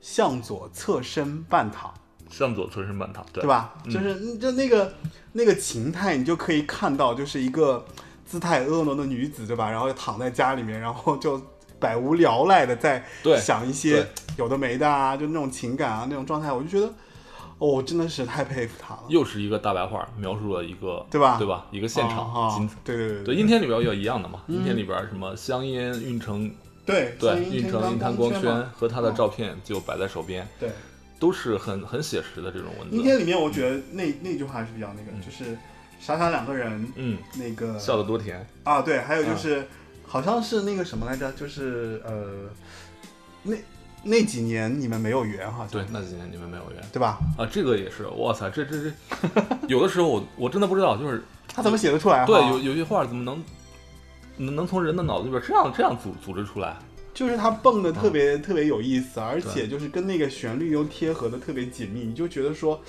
向左侧身半躺，向左侧身半躺，对嗯对？吧？就是呃就那个那个情态，你就可以看到，就是一个姿态婀娜的女子，对吧？然后躺在家里面，然后就百无聊赖的在对想一些对有的没的啊，就那种情感啊，那种状态，我就觉得，哦，真的是太佩服她了，又是一个大白话，描述了一个对吧对吧？一个现啊场，啊仅对对对对，阴天里边也有一样的嘛。阴天里边什么香烟运成嗯对对像运成成一滩光光嘛嗯圈和他的照片就摆在手边，对。都是很很写实的这种文阴天字。里面，我觉得那那句话是比较那个，就是傻傻两个人，嗯，那个笑得嗯多甜。啊，对，还有就是、好像是那个什么来着，就是呃，那那几年你们没有缘哈，对，那几年你们没有缘对吧？啊，这个也是，哇塞，这这这，有的时候我我真的不知道，就是他怎么写得出来哈？对有有些话怎么能能能从人的脑子里边这样这样组组织出来？就是他蹦的嗯特别、特别有意思，而且就是跟那个旋律又贴合的特别紧密，你就觉得说。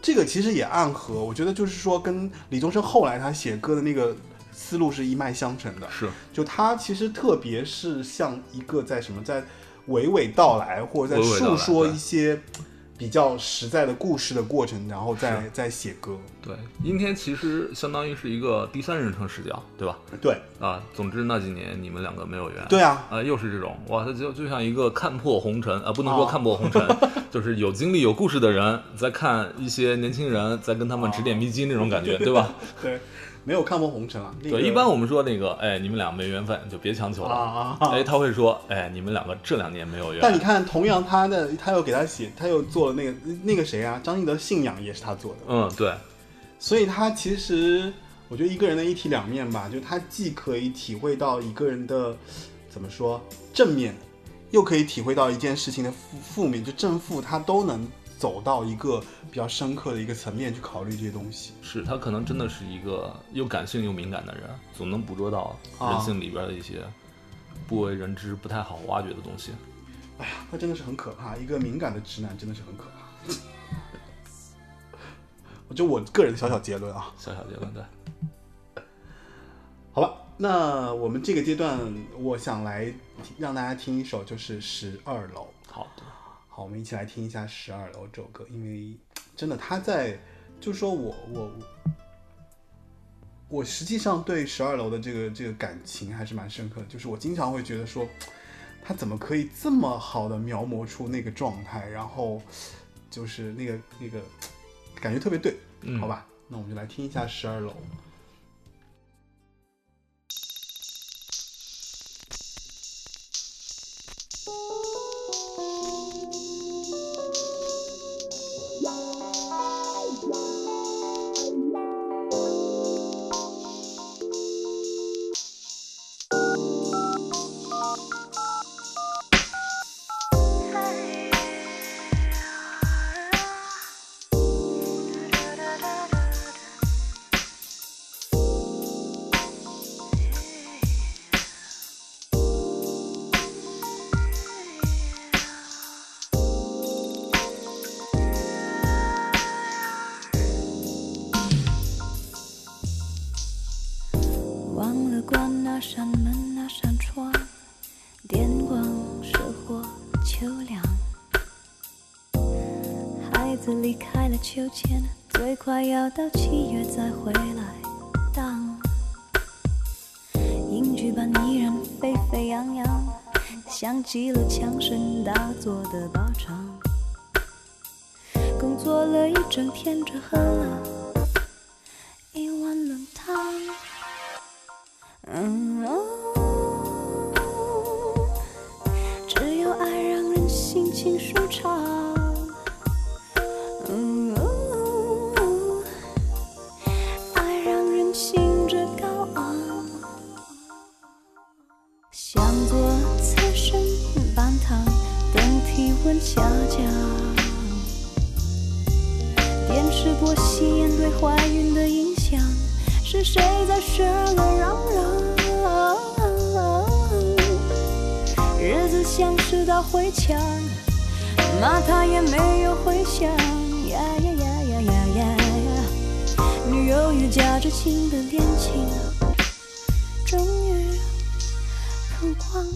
这个其实也暗合，我觉得就是说跟李宗盛后来他写歌的那个思路是一脉相承的。是就他其实特别是像一个在什么在娓娓道来，或者在娓娓道述来说对一些比较实在的故事的过程，然后再再写歌。对，阴天其实相当于是一个第三人称视角，对吧？对啊，总之那几年你们两个没有缘。对啊，啊，又是这种哇，他就就像一个看破红尘啊，不能说啊看破 红尘，就是有经历、有故事的人在看一些年轻人在跟他们指点迷津那种感哦觉，对 吧？对，没有看过红尘啊。那个对，一般我们说那个，哎，你们俩没缘分，就别强求了。啊啊啊哎，他会说，哎，你们两个这两年没有缘。但你看，同样他的他又给他写，他又做了那个那个谁啊，张信哲《信仰》也是他做的，嗯，对，所以他其实我觉得一个人的一体两面吧，就他既可以体会到一个人的怎么说正面，又可以体会到一件事情的负负面，就正负他都能走到一个比较深刻的一个层面去考虑这些东西。是他可能真的是一个又感性又敏感的人，总能捕捉到啊人性里边的一些不为人知、不太好挖掘的东西。哎呀，他真的是很可怕，一个敏感的直男真的是很可怕。我就我个人的小小结论啊，小小结论，对，好吧，那我们这个阶段，我想来让大家听一首，就是《十二楼》。好的，好，我们一起来听一下《十二楼》这首歌，因为真的他在，就说我我我实际上对《十二楼》的这个这个感情还是蛮深刻的，就是我经常会觉得说，他怎么可以这么好的描摹出那个状态，然后就是那个那个感觉特别对，嗯好吧，那我们就来听一下《十二楼》。忘了关那扇门那扇窗，电光石火秋凉。孩子离开了秋千，最快要到七月再回来。当影剧版依然沸沸扬扬，响起了枪声大作的靶场。工作了一整天，只喝了一碗冷汤。嗯哦，只有爱让人心情舒畅。嗯哦，爱让人醒着感过侧身半躺，等体温下降。电视播吸烟对怀孕的影响，是谁在喧嚷嚷嚷？日子像是道灰墙，骂他也没有回响。呀呀呀呀呀呀呀！女友与价值新的恋情，终于曝光。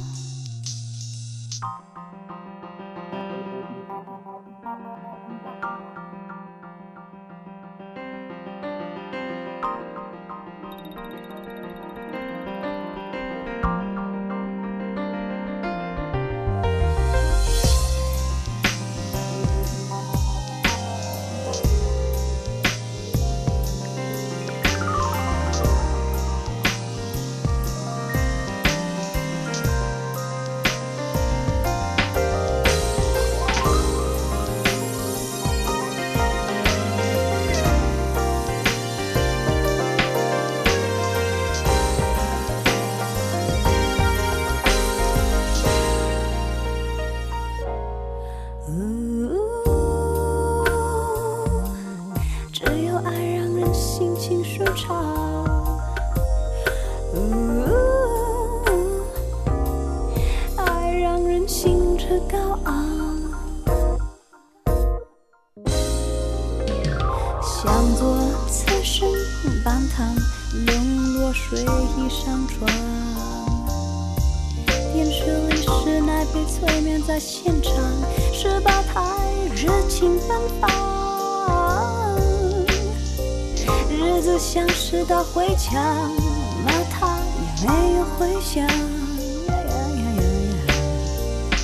呜，只有爱让人心情舒畅。嗯呜，爱让人兴致高昂。想过侧身半躺，零落睡衣上床。电视里是那被催眠在现场，十八台热情奔放，日子像是道灰墙，骂他也没有回响，呀呀呀呀呀，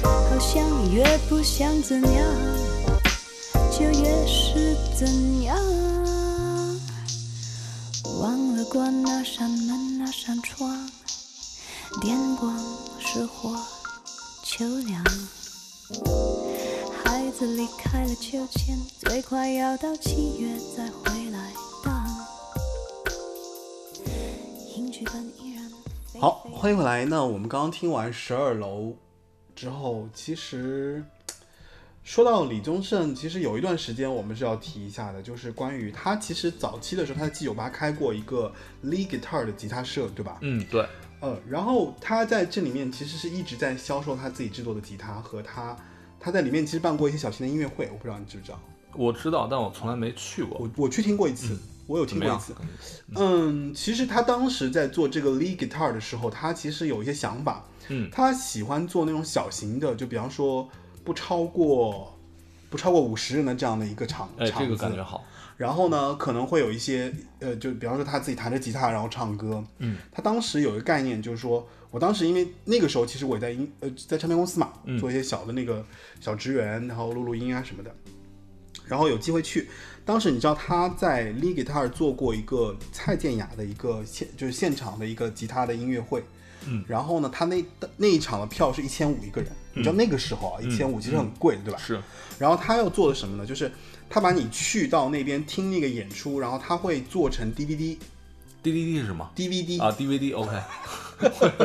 好像越不想怎样，就越是怎样，忘了关那扇门那扇窗。电光石火，秋凉。孩子离开了秋千，最快要到七月再回来荡。影剧本依然。好，欢迎回来。那我们刚刚听完《十二楼》之后，其实说到李宗盛，其实有一段时间我们是要提一下的，就是关于他其实早期的时候，他在 G 酒吧开过一个 lead guitar 的吉他社，对吧？嗯，对，呃，然后他在这里面其实是一直在销售他自己制作的吉他和他他在里面其实办过一些小型的音乐会，我不知道你知不知道，我知道，但我从来没去过。我我去听过一次，我有嗯怎么听过一样次，？嗯，其实他当时在做这个 lead guitar 的时候，他其实有一些想法。嗯他喜欢做那种小型的，就比方说不超过不超过五十人的这样的一个场哎，场这个子感觉好。然后呢，可能会有一些呃，就比方说他自己弹着吉他，然后唱歌。嗯，他当时有一个概念，就是说我当时因为那个时候其实我也在音呃在唱片公司嘛，嗯做一些小的那个小职员，然后录录音啊什么的。然后有机会去，当时你知道他在 l e g u i t a r 做过一个蔡健雅的一个现就是现场的一个吉他的音乐会，嗯然后呢，他那那一场的票是一千五一个人，嗯你知道那个时候啊，一千五其实很贵的，对吧？是，然后他要做的什么呢？就是他把你去到那边听那个演出，然后他会做成 DVD、 D D D 是吗？ DVD、啊，DVD OK，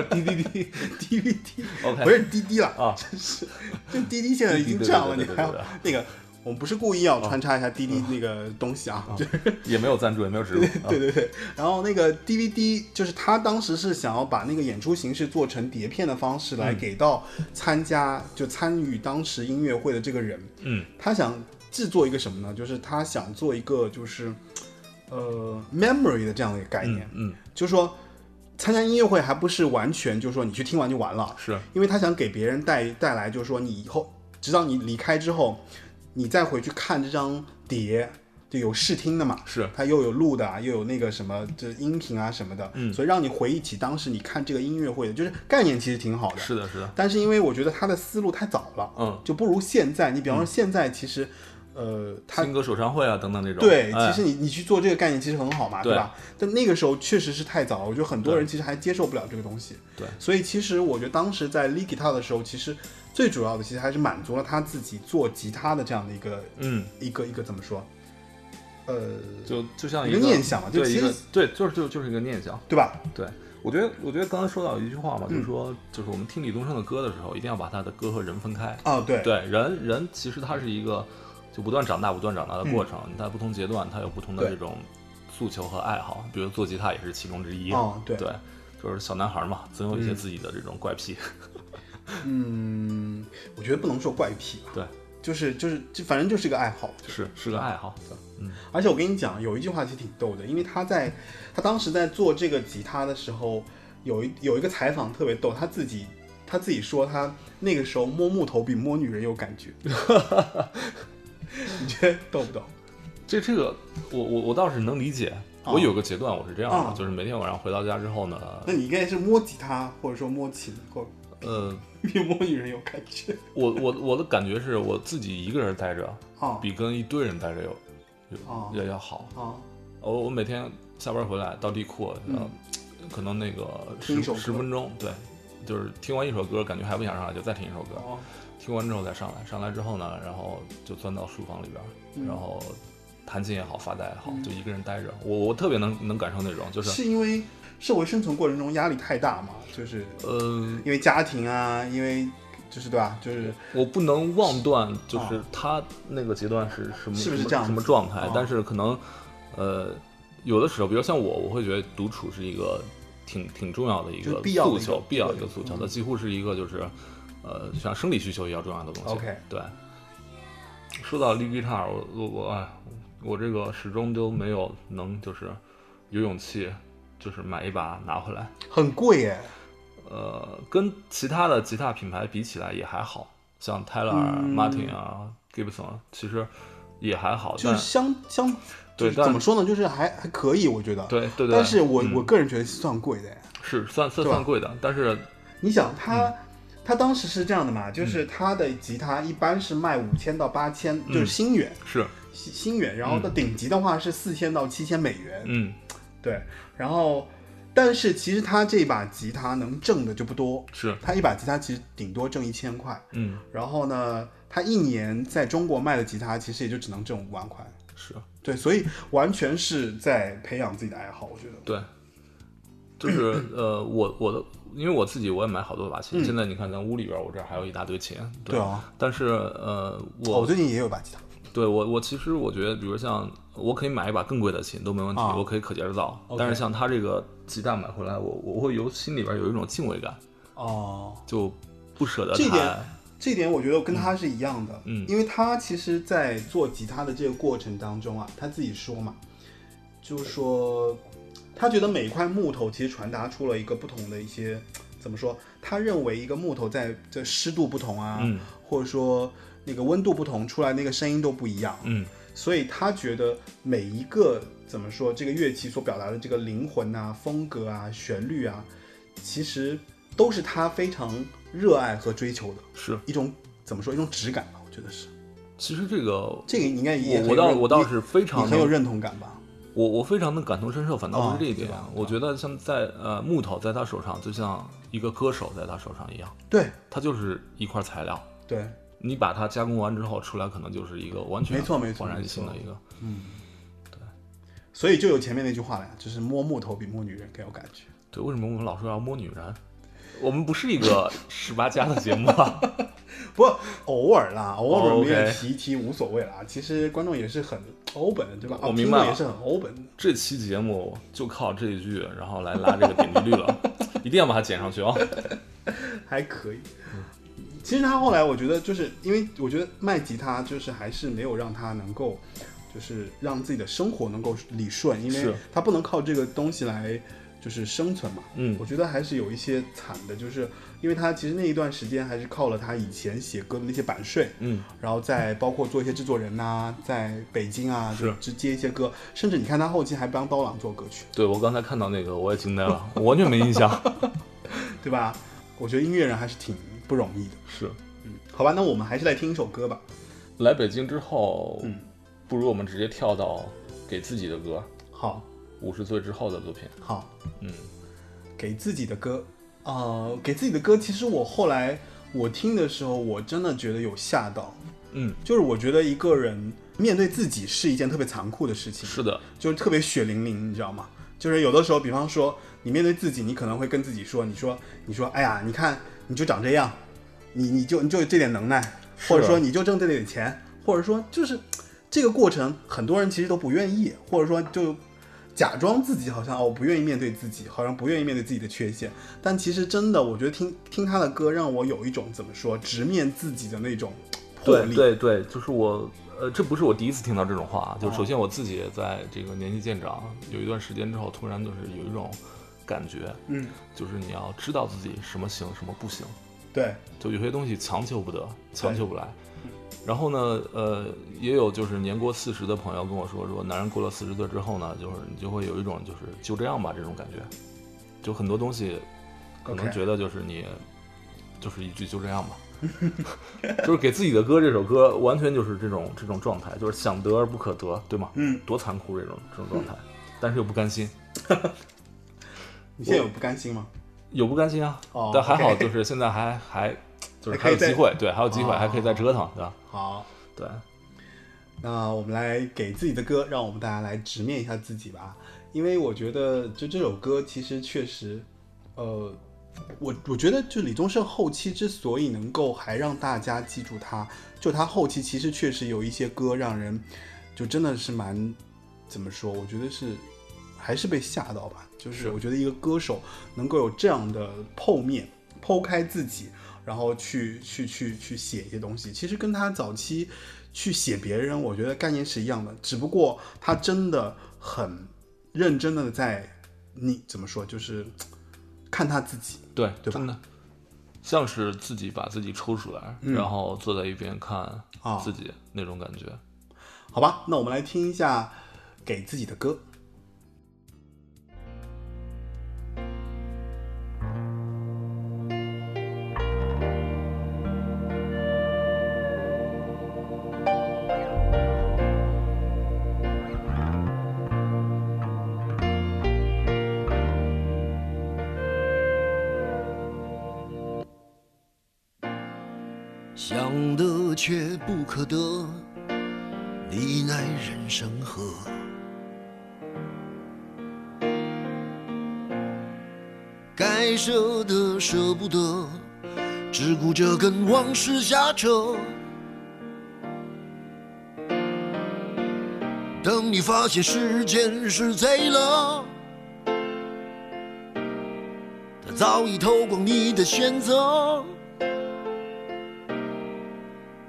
d v d DVD， OK 不是滴滴了啊，真是就滴滴现在已经这样了，你滴滴对对对对还要对对啊那个。我们不是故意要穿插一下滴滴那个东西啊，就是也没有赞助，也没有植入。对啊对对。然后那个 DVD 就是他当时是想要把那个演出形式做成碟片的方嗯式来给到参加就参与当时音乐会的这个人，嗯，他想制作一个什么呢？就是他想做一个就是呃 memory 的这样的一个概念，嗯，就是说参加音乐会还不是完全就是说你去听完就完了，是，因为他想给别人带带来就是说你以后直到你离开之后，你再回去看这张碟。就有试听的嘛，是它又有录的啊，又有那个什么，就是音频啊什么的，嗯所以让你回忆起当时你看这个音乐会的，就是概念其实挺好的，是的，是的，但是因为我觉得他的思路太早了，嗯就不如现在。你比方说现在其实，呃，他新歌首唱会啊等等这种。对，哎其实你你去做这个概念其实很好嘛，对吧？但那个时候确实是太早了，我觉得很多对人其实还接受不了这个东西。对所以其实我觉得当时在 l e g i t a 的时候，其实最主要的其实还是满足了他自己做吉他的这样的一个、嗯，一个一个怎么说，呃，就就像一一个个念想嘛就对其一实个对，就是就就是一个念想。对吧？对，我觉得，我觉得刚才说到一句话嘛，就是嗯说，就是我们听李宗盛的歌的时候，一定要把他的歌和人分开。哦，对，对，人人其实他是一个就不断长大、不断长大的过程，在不同阶段他有不同的嗯对这种诉求和爱好，比如做吉他也是其中之一。哦对对，就是小男孩嘛，总有一些嗯自己的这种怪癖。嗯，我觉得不能说怪癖吧，对，就是就是就反正就是个爱好，是是个爱好。而且我跟你讲，有一句话其实挺逗的，因为他在他当时在做这个吉他的时候，有一有一个采访特别逗，他自己他自己说他那个时候摸木头比摸女人有感觉， 你觉得逗 不逗？这这个，我我我倒是能理解。哦我有个阶段我是这样的，哦就是每天晚上回到家之后呢，那你应该是摸吉他或者说摸琴，或呃，比摸女人有感觉我我我的感觉是我自己一个人待着，啊比跟一堆人待着有哦有要要好。啊我我每天下班回来到地库，嗯然后可能那个听一十首歌十分钟，对，就是听完一首歌，感觉还不想上来，就再听一首歌。哦听完之后再上来，上来之后呢，然后就钻到书房里边儿，嗯然后弹琴也好，发呆也好，嗯就一个人待着。我我特别能能感受那种，就是是因为社会生存过程中压力太大嘛，就是呃，因为家庭啊，因为就是对吧，就是我不能妄断，就啊是他那个阶段是什么是不是什么这样子什么状态啊，但是可能呃，有的时候，比如像我，我会觉得独处是一个挺挺重要的一就是个必要的诉一个求，必要的一个对诉求，嗯它几乎是一个就是呃，像生理需求一样重要的东西。 OK 对。说到 lead guitar，我我我哎，我这个始终都没有能就是有勇气，就是买一把拿回来。很贵哎，呃，跟其他的吉他品牌比起来也还好，像 Taylor 啊、嗯 Martin 啊、Gibson 啊其实也还好，就但是相相，就对是但怎么说呢，就是还还可以，我觉得。。对对对，但是我、嗯我个人觉得算贵的哎。是算算对吧算贵的，但是你想他、嗯他当时是这样的嘛，就是他的吉他一般是卖五千到八千、0就是嗯新元是新新元，然后的顶级的话是四千到七千美元。嗯对，然后但是其实他这把吉他能挣的就不多，是他一把吉他其实顶多挣一千块，嗯然后呢，他一年在中国卖的吉他其实也就只能挣五万块。是对，所以完全是在培养自己的爱好，我觉得。对，就是 呃我我的，因为我自己我也买好多把琴，嗯现在你看咱屋里边我这儿还有一大堆琴，对啊，但是呃哦我我最近也有把吉他，对我，我其实我觉得，比如像我可以买一把更贵的琴都没问题，啊我可以可劲儿造。 OK 但是像他这个吉他买回来，我我会有心里边有一种敬畏感，哦，就不舍得这弹点。这一点我觉得我跟他是一样的，嗯因为他其实，在做吉他的这个过程当中啊，他自己说嘛，就是说，他觉得每一块木头其实传达出了一个不同的一些，怎么说？他认为一个木头在这湿度不同啊，嗯或者说那个温度不同，出来那个声音都不一样，嗯所以他觉得每一个怎么说，这个乐器所表达的这个灵魂啊、风格啊、旋律啊，其实都是他非常热爱和追求的是，一种怎么说一种质感吧，我觉得是其实这个我这个你应该也很我倒有我倒你是非你常很有能认同感吧？我我非常能感同身受，反倒不啊是这一点对吧。我觉得像在呃木头在他手上，就像一个歌手在他手上一样，对它就是一块材料。对，你把它加工完之后出来，可能就是一个完全没错没错焕然没一新的错一个。所以就有前面那句话了呀，就是摸木头比摸女人更有感觉。对，为什么我们老说要摸女人？我们不是一个十八加的节目啊。 不过偶尔啦，偶尔我们也哦 OK 提一提无所谓啦。其实观众也是很 open 的，对吧？啊我明白了听众也是很 open 的。这期节目就靠这一句，然后来拉这个点击率了，一定要把它减上去哦。还可以。其实他后来，我觉得就是因为我觉得卖吉他就是还是没有让他能够，就是让自己的生活能够理顺，因为是他不能靠这个东西来就是生存嘛。嗯我觉得还是有一些惨的，就是因为他其实那一段时间还是靠了他以前写歌的那些版税，嗯，然后再包括做一些制作人呐、在北京啊，是就直接一些歌，甚至你看他后期还帮刀郎做歌曲，对我刚才看到那个，我也惊呆了，我完全没印象。 对吧？我觉得音乐人还是挺不容易的。是好吧，那我们还是来听一首歌吧。来北京之后，嗯不如我们直接跳到给自己的歌，好，五十岁之后的作品。好，嗯，给自己的歌，呃，给自己的歌，其实我后来我听的时候，我真的觉得有吓到，嗯，就是我觉得一个人面对自己是一件特别残酷的事情，是的，就是特别血淋淋，你知道吗？就是有的时候，比方说你面对自己，你可能会跟自己说，你说你说，哎呀，你看你就长这样，你你就你就这点能耐，啊或者说你就挣这点钱，或者说就是这个过程，很多人其实都不愿意，或者说就假装自己好像哦不愿意面对自己，好像不愿意面对自己的缺陷，但其实真的，我觉得听听他的歌，让我有一种怎么说直面自己的那种魄对力。对对，就是我，呃，这不是我第一次听到这种哦话啊。就首先我自己也在这个年纪渐长，有一段时间之后，突然就是有一种感觉，嗯，就是你要知道自己什么行，什么不行。对，就有些东西强求不得，强求不来。嗯然后呢，呃，也有就是年过四十的朋友跟我说，说男人过了四十岁之后呢，就是你就会有一种就是就这样吧这种感觉，就很多东西可能 OK 觉得就是你就是一句就这样吧， 就是给自己的歌这首歌完全就是这种这种状态，就是想得而不可得，对吗？嗯，多残酷这种这种状态，但是又不甘心，你现在有不甘心吗？有不甘心啊，哦但还好 OK 就是现在还还就是还还可以有再机会，对，还有机会，哦还可以再折腾，对吧？好，对。那我们来给自己的歌，让我们大家来直面一下自己吧。因为我觉得，就这首歌其实确实，呃，我我觉得就李宗盛后期之所以能够还让大家记住他，就他后期其实确实有一些歌让人就真的是蛮怎么说？我觉得是还是被吓到吧。就是我觉得一个歌手能够有这样的剖面，剖开自己，然后去去去去写一些东西，其实跟他早期去写别人，我觉得概念是一样的，只不过他真的很认真的在你怎么说，就是看他自己。对，对吧真的，像是自己把自己抽出来，嗯然后坐在一边看啊自己那种感觉。好吧，那我们来听一下给自己的歌。想得却不可得，你奈人生何？该舍的舍不得，只顾着跟往事瞎扯。等你发现时间是贼了，它早已偷光你的选择。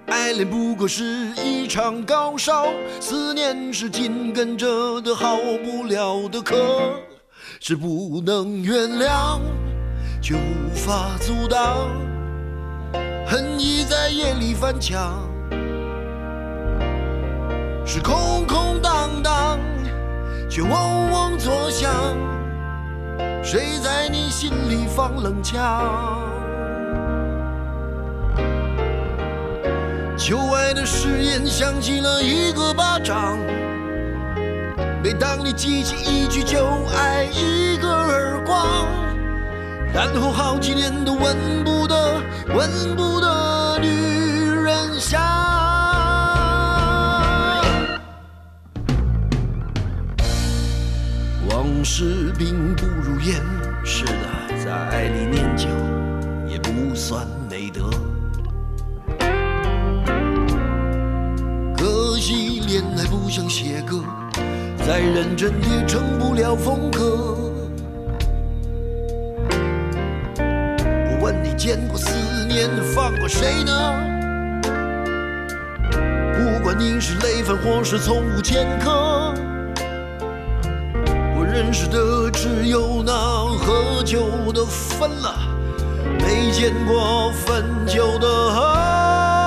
爱恋不过是一场高烧，思念是紧跟着的好不了的咳，是不能原谅，却无法阻挡，恨意在夜里翻墙，是空空荡荡，却嗡嗡作响，谁在你心里放冷枪？旧爱的誓言响起了一个巴掌。每当你记起一句旧爱，一个耳光，然后好几年都闻不得、闻不得女人香。往事并不如烟，是的，在爱里念旧也不算美德。可惜恋爱不像写歌，再认真也成不了风格。我问你见过思念放过谁呢？不管你是累犯或是从无前科，我认识的只有那喝酒的分了，没见过分酒的。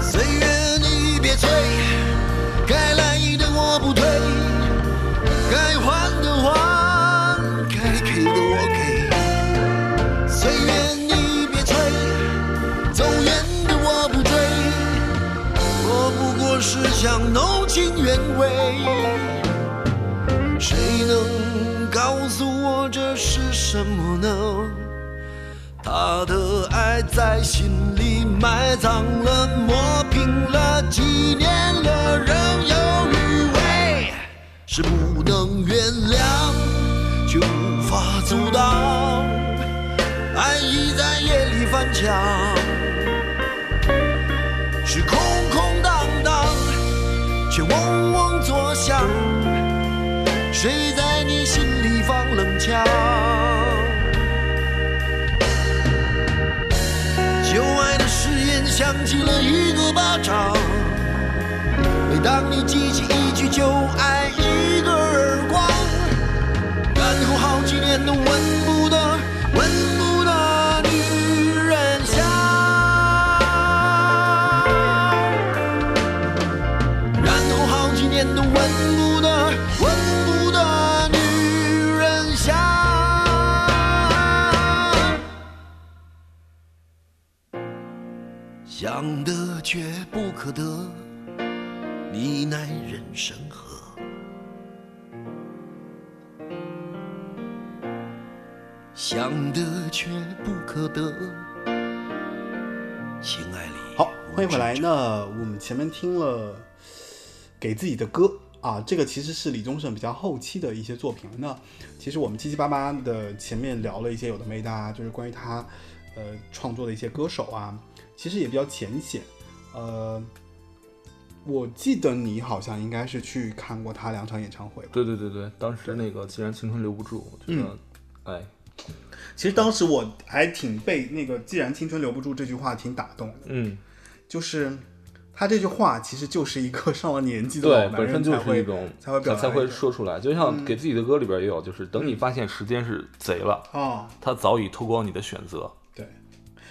岁月你别催，该来的我不推，想弄清原委。谁能告诉我这是什么呢？他的爱在心里埋葬了，磨平了，几年了，仍有余味，是不能原谅，却无法阻挡，爱已在夜里翻墙，是空空荡荡，却嗡嗡作响，谁在你心里放冷枪？旧爱的誓言响起了一个巴掌。每当你记起一句旧爱，一个耳光，然后好几年都闻不得、闻不得女人香，然后好几年都闻不得、闻不得女人香。想得却不可得，你奈人生何？想得却不可得，情爱里好，欢迎回来。无知者那我们前面听了给自己的歌啊，这个其实是李宗盛比较后期的一些作品了。那其实我们七七八八的前面聊了一些有的没的啊，就是关于他呃创作的一些歌手啊，其实也比较浅显。呃，我记得你好像应该是去看过他两场演唱会吧？对对对对，当时那个既然青春留不住，我觉嗯得，哎，其实当时我还挺被那个“既然青春留不住”这句话挺打动的，嗯，就是他这句话其实就是一个上了年纪的老对，男本身人就才是会一种才会表达才的一会种嗯说出来，就像给自己的歌里边也有，就是等你发现时间是贼了，哦，他早已偷光你的选择，对，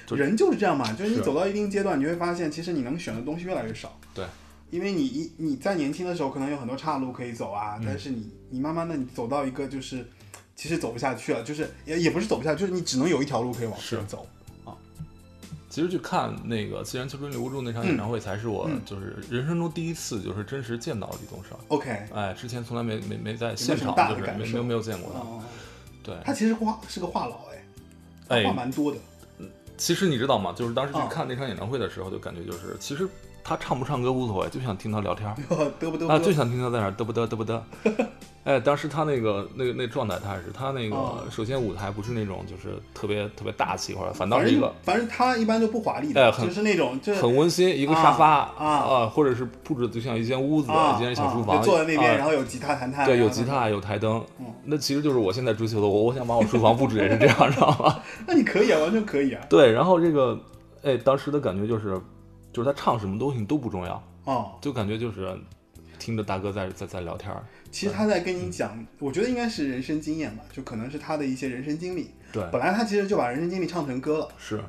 就人就是这样嘛，就是你是走到一定阶段，你会发现其实你能选的东西越来越少，对，因为你一你在年轻的时候可能有很多岔路可以走啊，嗯但是你你慢慢的你走到一个就是其实走不下去了，就是也也不是走不下去，就是你只能有一条路可以往前走。其实去看那个《既然青春留不住》那场演唱会，才是我嗯就是人生中第一次就是真实见到李宗盛。 OK，哎，之前从来没没没在现什么场大的就是感没受没有没有见过他。哦，对，他其实话是个话痨哎，话哎，蛮多的， 其实你知道吗？就是当时去啊看那场演唱会的时候，就感觉就是其实他唱不唱歌无所谓，就想听他聊 天儿嘚不嘚不啊，就嘚，想听他在那儿嘚不嘚嘚不 嘚。哎，当时他那个那个那状态，他是他那哦个首先舞台不是那种就是特别特别大气，或者反倒反是一正个反正他一般就不华丽的，哎很就是那种就是很温馨，一个啊沙发啊或者是布置的就像一间屋子、啊一间小啊书房，就坐在那边，啊然后有吉他弹弹，对，有然后吉。他，有台灯嗯，那其实就是我现在追求的。我我想把我书房布置也是这样，知道吗？ 那你可以啊，完全可以啊。对，然后这个，哎，当时的感觉就是，就是他唱什么东西都不重要，哦，就感觉就是听着大哥在在在聊天儿。其实他在跟你讲，我觉得应该是人生经验吧，就可能是他的一些人生经历。对，本来他其实就把人生经历唱成歌了，是，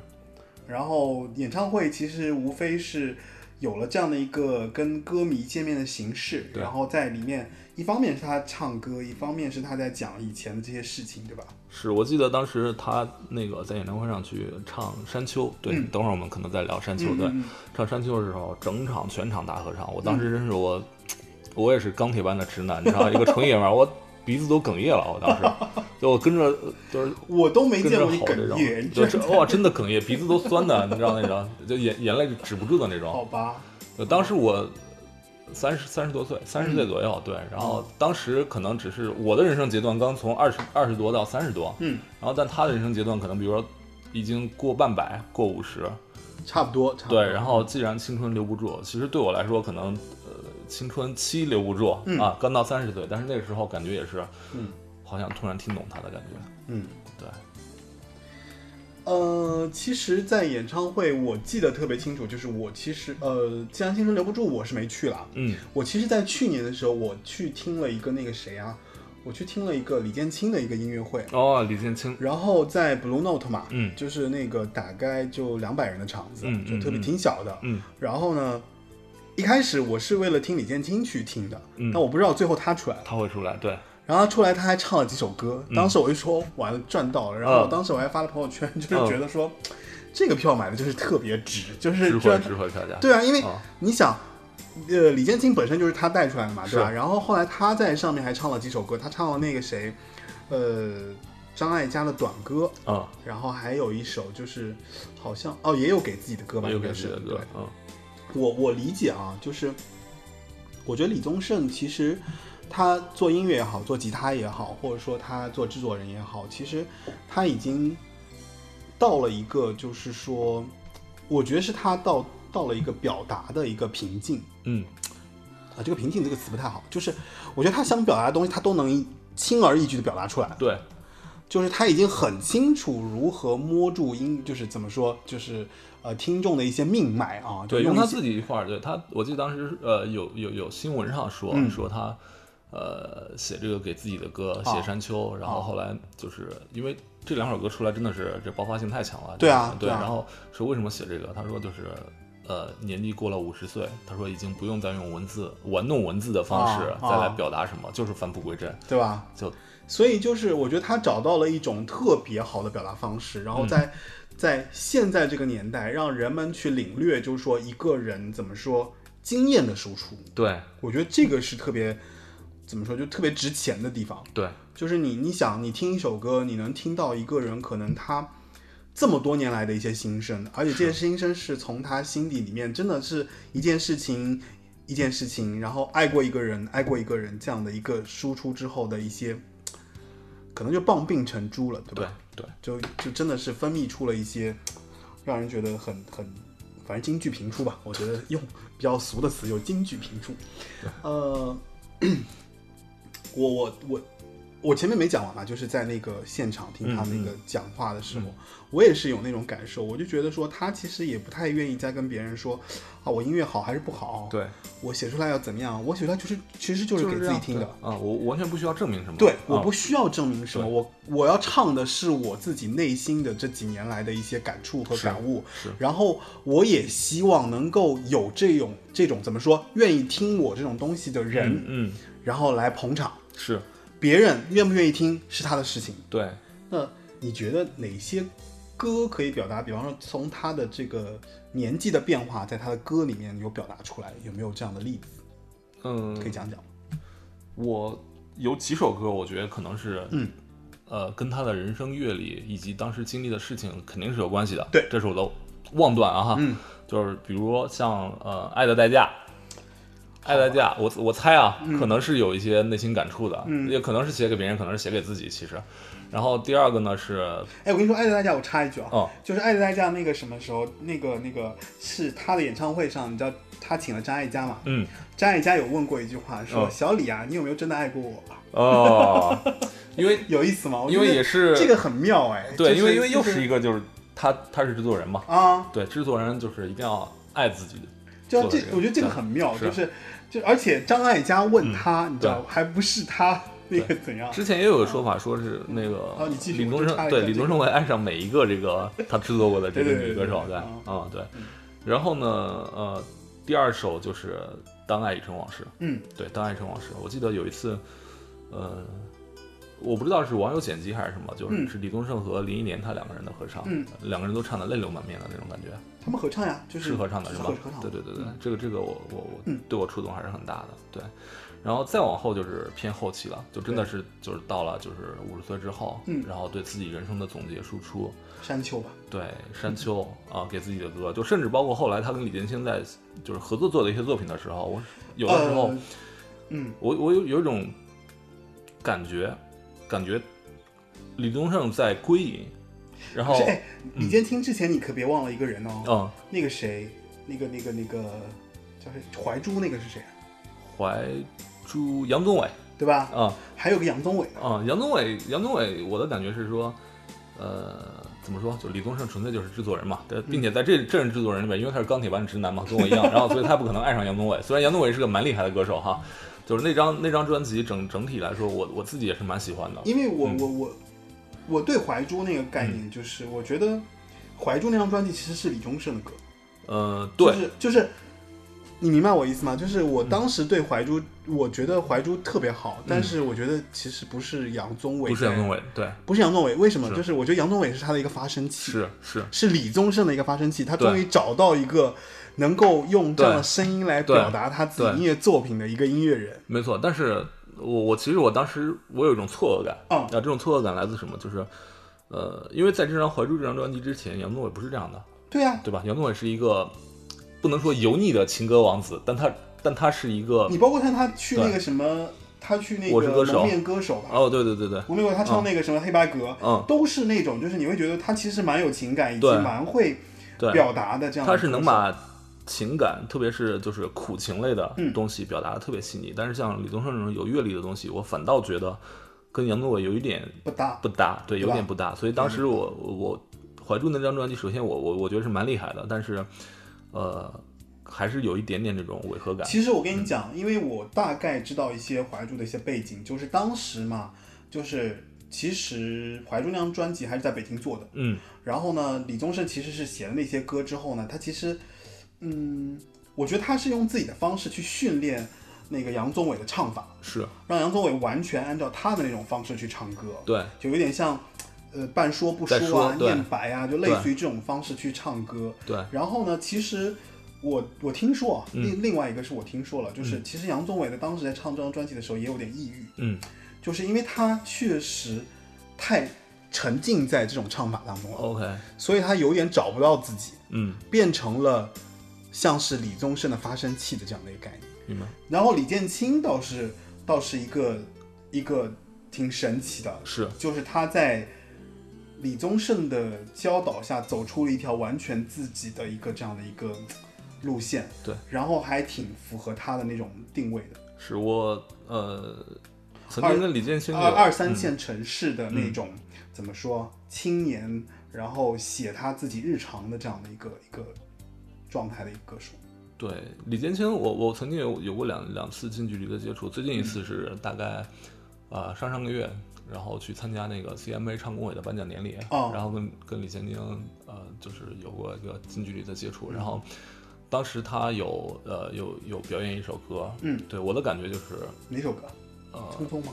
然后演唱会其实无非是有了这样的一个跟歌迷见面的形式，对然后在里面一方面是他唱歌，一方面是他在讲以前的这些事情，对吧？是我记得当时他那个在演唱会上去唱《山丘》，对，嗯等会儿我们可能再聊《山丘》嗯对，嗯唱《山丘》的时候，整场全场大合唱，我当时真是我，我也是钢铁般的直男，你知道，一个纯爷们儿，我鼻子都哽咽了，我当时就我跟着就是我都没跟见着过你吼这哽种咽，，就这是哇，真的哽咽，鼻子都酸的，你知道那种，就眼眼泪止不住的那好种。吧？呃当时我三十三十多岁，三十岁左右，对，然嗯后当时可能只是我的人生阶段刚从二十二十多到三十多，嗯，然后但他的人生阶段可能比如说已经过半百，过五十，差不多，差不多。对，然后既然青春留不住，其实对我来说，可能呃，青春期留不住、嗯啊，刚到三十岁，但是那个时候感觉也是，嗯，好像突然听懂他的感觉，嗯。对，呃，其实，在演唱会我记得特别清楚，就是我其实呃，既然青春留不住，我是没去了。嗯，我其实，在去年的时候，我去听了一个那个谁啊，我去听了一个李建清的一个音乐会，哦，李建清，然后在 Blue Note 嘛，嗯就是那个大概就两百人的场子，嗯就特别嗯嗯挺小的。嗯，然后呢，一开始我是为了听李建清去听的，嗯但我不知道最后他出来了。他会出来，对，然后出来他还唱了几首歌，当时我就说完了赚到了，然后嗯当时我还发了朋友圈，就是嗯觉得说、这个票买的就是特别值，就是智慧赚智慧票价，对啊，因为啊你想，呃，李建清本身就是他带出来的嘛，对吧？是然后后来他在上面还唱了几首歌，他唱了那个谁，呃，张艾嘉的《短歌》，啊，然后还有一首就是好像哦，也有给自己的歌吧，又应给该自是己的对歌，嗯，我我理解啊，就是我觉得李宗盛其实他做音乐也好，做吉他也好，或者说他做制作人也好，其实他已经到了一个就是说，我觉得是他到到了一个表达的一个瓶颈嗯，啊。这个瓶颈这个词不太好，就是我觉得他想表达的东西，他都能轻而易举的表达出来。对，就是他已经很清楚如何摸住音，就是怎么说，就是呃听众的一些命脉啊，就对，用一他些自己一块儿，对他，我记得当时呃有有有新闻上说、嗯说他呃写这个给自己的歌啊写山丘，然后后来就是因为这两首歌出来真的是这爆发性太强了，对啊就是对对，啊然后说为什么写这个，他说就是。呃，年纪过了五十岁，他说已经不用再用文字玩弄文字的方式啊啊再来表达什么，就是返璞归真，对吧？就所以就是我觉得他找到了一种特别好的表达方式，然后在、在现在这个年代，让人们去领略，就是说一个人怎么说经验的输出，对我觉得这个是特别怎么说就特别值钱的地方。对就是你你想，你听一首歌，你能听到一个人可能他这么多年来的一些心声，而且这些心声是从他心底里面真的是一件事情一件事情，然后爱过一个人，爱过一个人这样的一个输出之后的一些，可能就棒病成珠了，对对吧？对，就就真的是分泌出了一些让人觉得很很，反正金句频出吧，我觉得用比较俗的词就金句频出。呃，我我我我前面没讲完嘛，就是在那个现场听他嗯那个讲话的时候，我也是有那种感受，我就觉得说他其实也不太愿意再跟别人说啊，我音乐好还是不好，对，我写出来要怎么样，我写出来就是其实就就是是这给自己样听的对。啊，我我完全不需要证明什么，对啊，我不需要证明什么，对我我要唱的是我自己内心的这几年来的一些感触和是感悟是，然后我也希望能够有这种这种怎么说，愿意听我这种东西的人，嗯，然后来捧场。是别人愿不愿意听是他的事情。对，那你觉得哪些歌可以表达？比方说从他的这个年纪的变化，在他的歌里面有表达出来，有没有这样的例子嗯，可以讲讲？我有几首歌，我觉得可能是，嗯，呃，跟他的人生阅历以及当时经历的事情肯定是有关系的。对这是我的忘不断啊哈。嗯，就是比如说像呃《爱的代价》，《爱的代价》，我我猜啊，可能是有一些内心感触的，嗯也可能是写给别人，可能是写给自己，其实。然后第二个呢是，哎，我跟你说，《爱的代价》，我插一句啊，哦，就是《爱的代价》那个什么时候，那个那个是他的演唱会上，你知道他请了张艾嘉嘛？嗯，张艾嘉有问过一句话，说：“哦小李啊，你有没有真的爱过我啊 哦，因为？”有意思吗？我因为觉得也是这个很妙哎，对，就是因为因为又是一就个就是他他是制作人嘛，啊，对，制作人就是一定要爱自己，就做这的这，个我觉得这个很妙，是啊嗯就是就而且张艾嘉问他，你知道，对还不是他那个怎样？之前也有个说法，说是那个啊你继续李我宗就插盛对一下李这宗个盛会爱上每一个这个他制作过的这个对对对女歌手，对，对嗯对对啊对。然后呢，呃，第二首就是《当爱已成往事》，嗯，对，《当爱已成往事》，我记得有一次，呃，我不知道是网友剪辑还是什么，就嗯是是李宗盛和林忆莲他两个人的合唱嗯，两个人都唱的泪流满面的那种感觉，他们合唱呀，就是是合唱的是是吧合唱？的，对对对对嗯，这个这个我我我嗯对我触动还是很大的，对。然后再往后就是偏后期了，就真的是就是到了就是五十岁之后，嗯然后对自己人生的总结输出，山丘吧，对山丘啊给自己的歌，就甚至包括后来他跟李建清在就是合作做的一些作品的时候，我有的时候、呃嗯我我有有一种感觉，感觉李宗盛在归隐，然后是哎，李健听之前你可别忘了一个人哦，嗯那个谁，那个那个那个叫谁，怀珠那个是谁啊？怀珠杨宗纬对吧？啊。还有个杨宗纬呢，啊、杨宗纬，杨宗纬，我的感觉是说，呃，怎么说？就李宗盛纯粹就是制作人嘛，对并且嗯在这这任制作人里面，因为他是钢铁般直男嘛，跟我一样，然后所以他不可能爱上杨宗纬。虽然杨宗纬是个蛮厉害的歌手哈，就是那张那张专辑整整体来说，我我自己也是蛮喜欢的。因为我嗯我我我对怀珠那个概念就是，我觉得怀珠那张专辑其实是李宗盛的歌，呃，就对，嗯是就是，你明白我意思吗？就是我当时对怀珠，我觉得怀珠特别好，但是我觉得其实不是杨宗纬，不是杨宗，纬，对，不是杨宗纬，为什么？是就是我觉得杨宗纬是他的一个发声器，是是是李宗盛的一个发声器，他对终于找到一个能够用这样的对声音来表达他自己对音乐作品的一个音乐人。没错，但是我我其实我当时我有一种错愕感，嗯啊，这种错愕感来自什么？就是，呃，因为在这张《怀珠》这张专辑之前，杨宗纬不是这样的，对呀、啊，对吧？杨宗纬是一个不能说油腻的情歌王子，但他但他是一个你包括看他去嗯对那个什么，他去那我是个歌手蒙面歌手吧，哦，对对对对，无论如何他唱那个什么黑白格，嗯都是那种就是你会觉得他其实蛮有情感，以及对蛮会对，表达的这样的他歌手。是能把情感，特别是就是苦情类的嗯东西表达的特别细腻。但是像李宗盛这种有阅历的东西，我反倒觉得跟杨宗纬有一点不搭不，搭，对，有吧嗯点不搭。所以当时我我我怀住那张专辑，首先我我我觉得是蛮厉害的，但是呃，还是有一点点这种违和感。其实我跟你嗯讲，因为我大概知道一些怀柱的一些背景，就是当时嘛，就是其实怀柱那张专辑还是在北京做的，嗯，然后呢，李宗盛其实是写了那些歌之后呢，他其实，嗯，我觉得他是用自己的方式去训练那个杨宗纬的唱法，是让杨宗纬完全按照他的那种方式去唱歌，对，就有点像，呃，半说不在说啊，说对念白啊，就类似于这种方式去唱歌。对，然后呢，其实我我听说啊，嗯另、另外一个是我听说了，就是其实杨宗纬的当时在唱这张专辑的时候也有点抑郁，嗯，就是因为他确实太沉浸在这种唱法当中了， OK，所以他有点找不到自己，嗯，变成了像是李宗盛的发声器的这样的一个概念。明白，然后李建清倒是倒是一个一个挺神奇的，是就是他在李宗盛的教导下走出了一条完全自己的一个这样的一个嗯路线，对，然后还挺符合他的那种定位的。是我呃曾二啊经跟李建清有二二三嗯线城市的那种、怎么说青年，然后写他自己日常的这样的一个一个状态的一个歌手。对李建清，我我曾经有有过两两次近距离的接触，最近一嗯次是大概啊、呃上上个月，然后去参加那个 CMA 唱工委的颁奖典礼，哦然后跟跟李建清呃就是有过一个近距离的接触，嗯然后当时他有呃有有表演一首歌，嗯对我的感觉就是哪首歌？呃匆匆吗？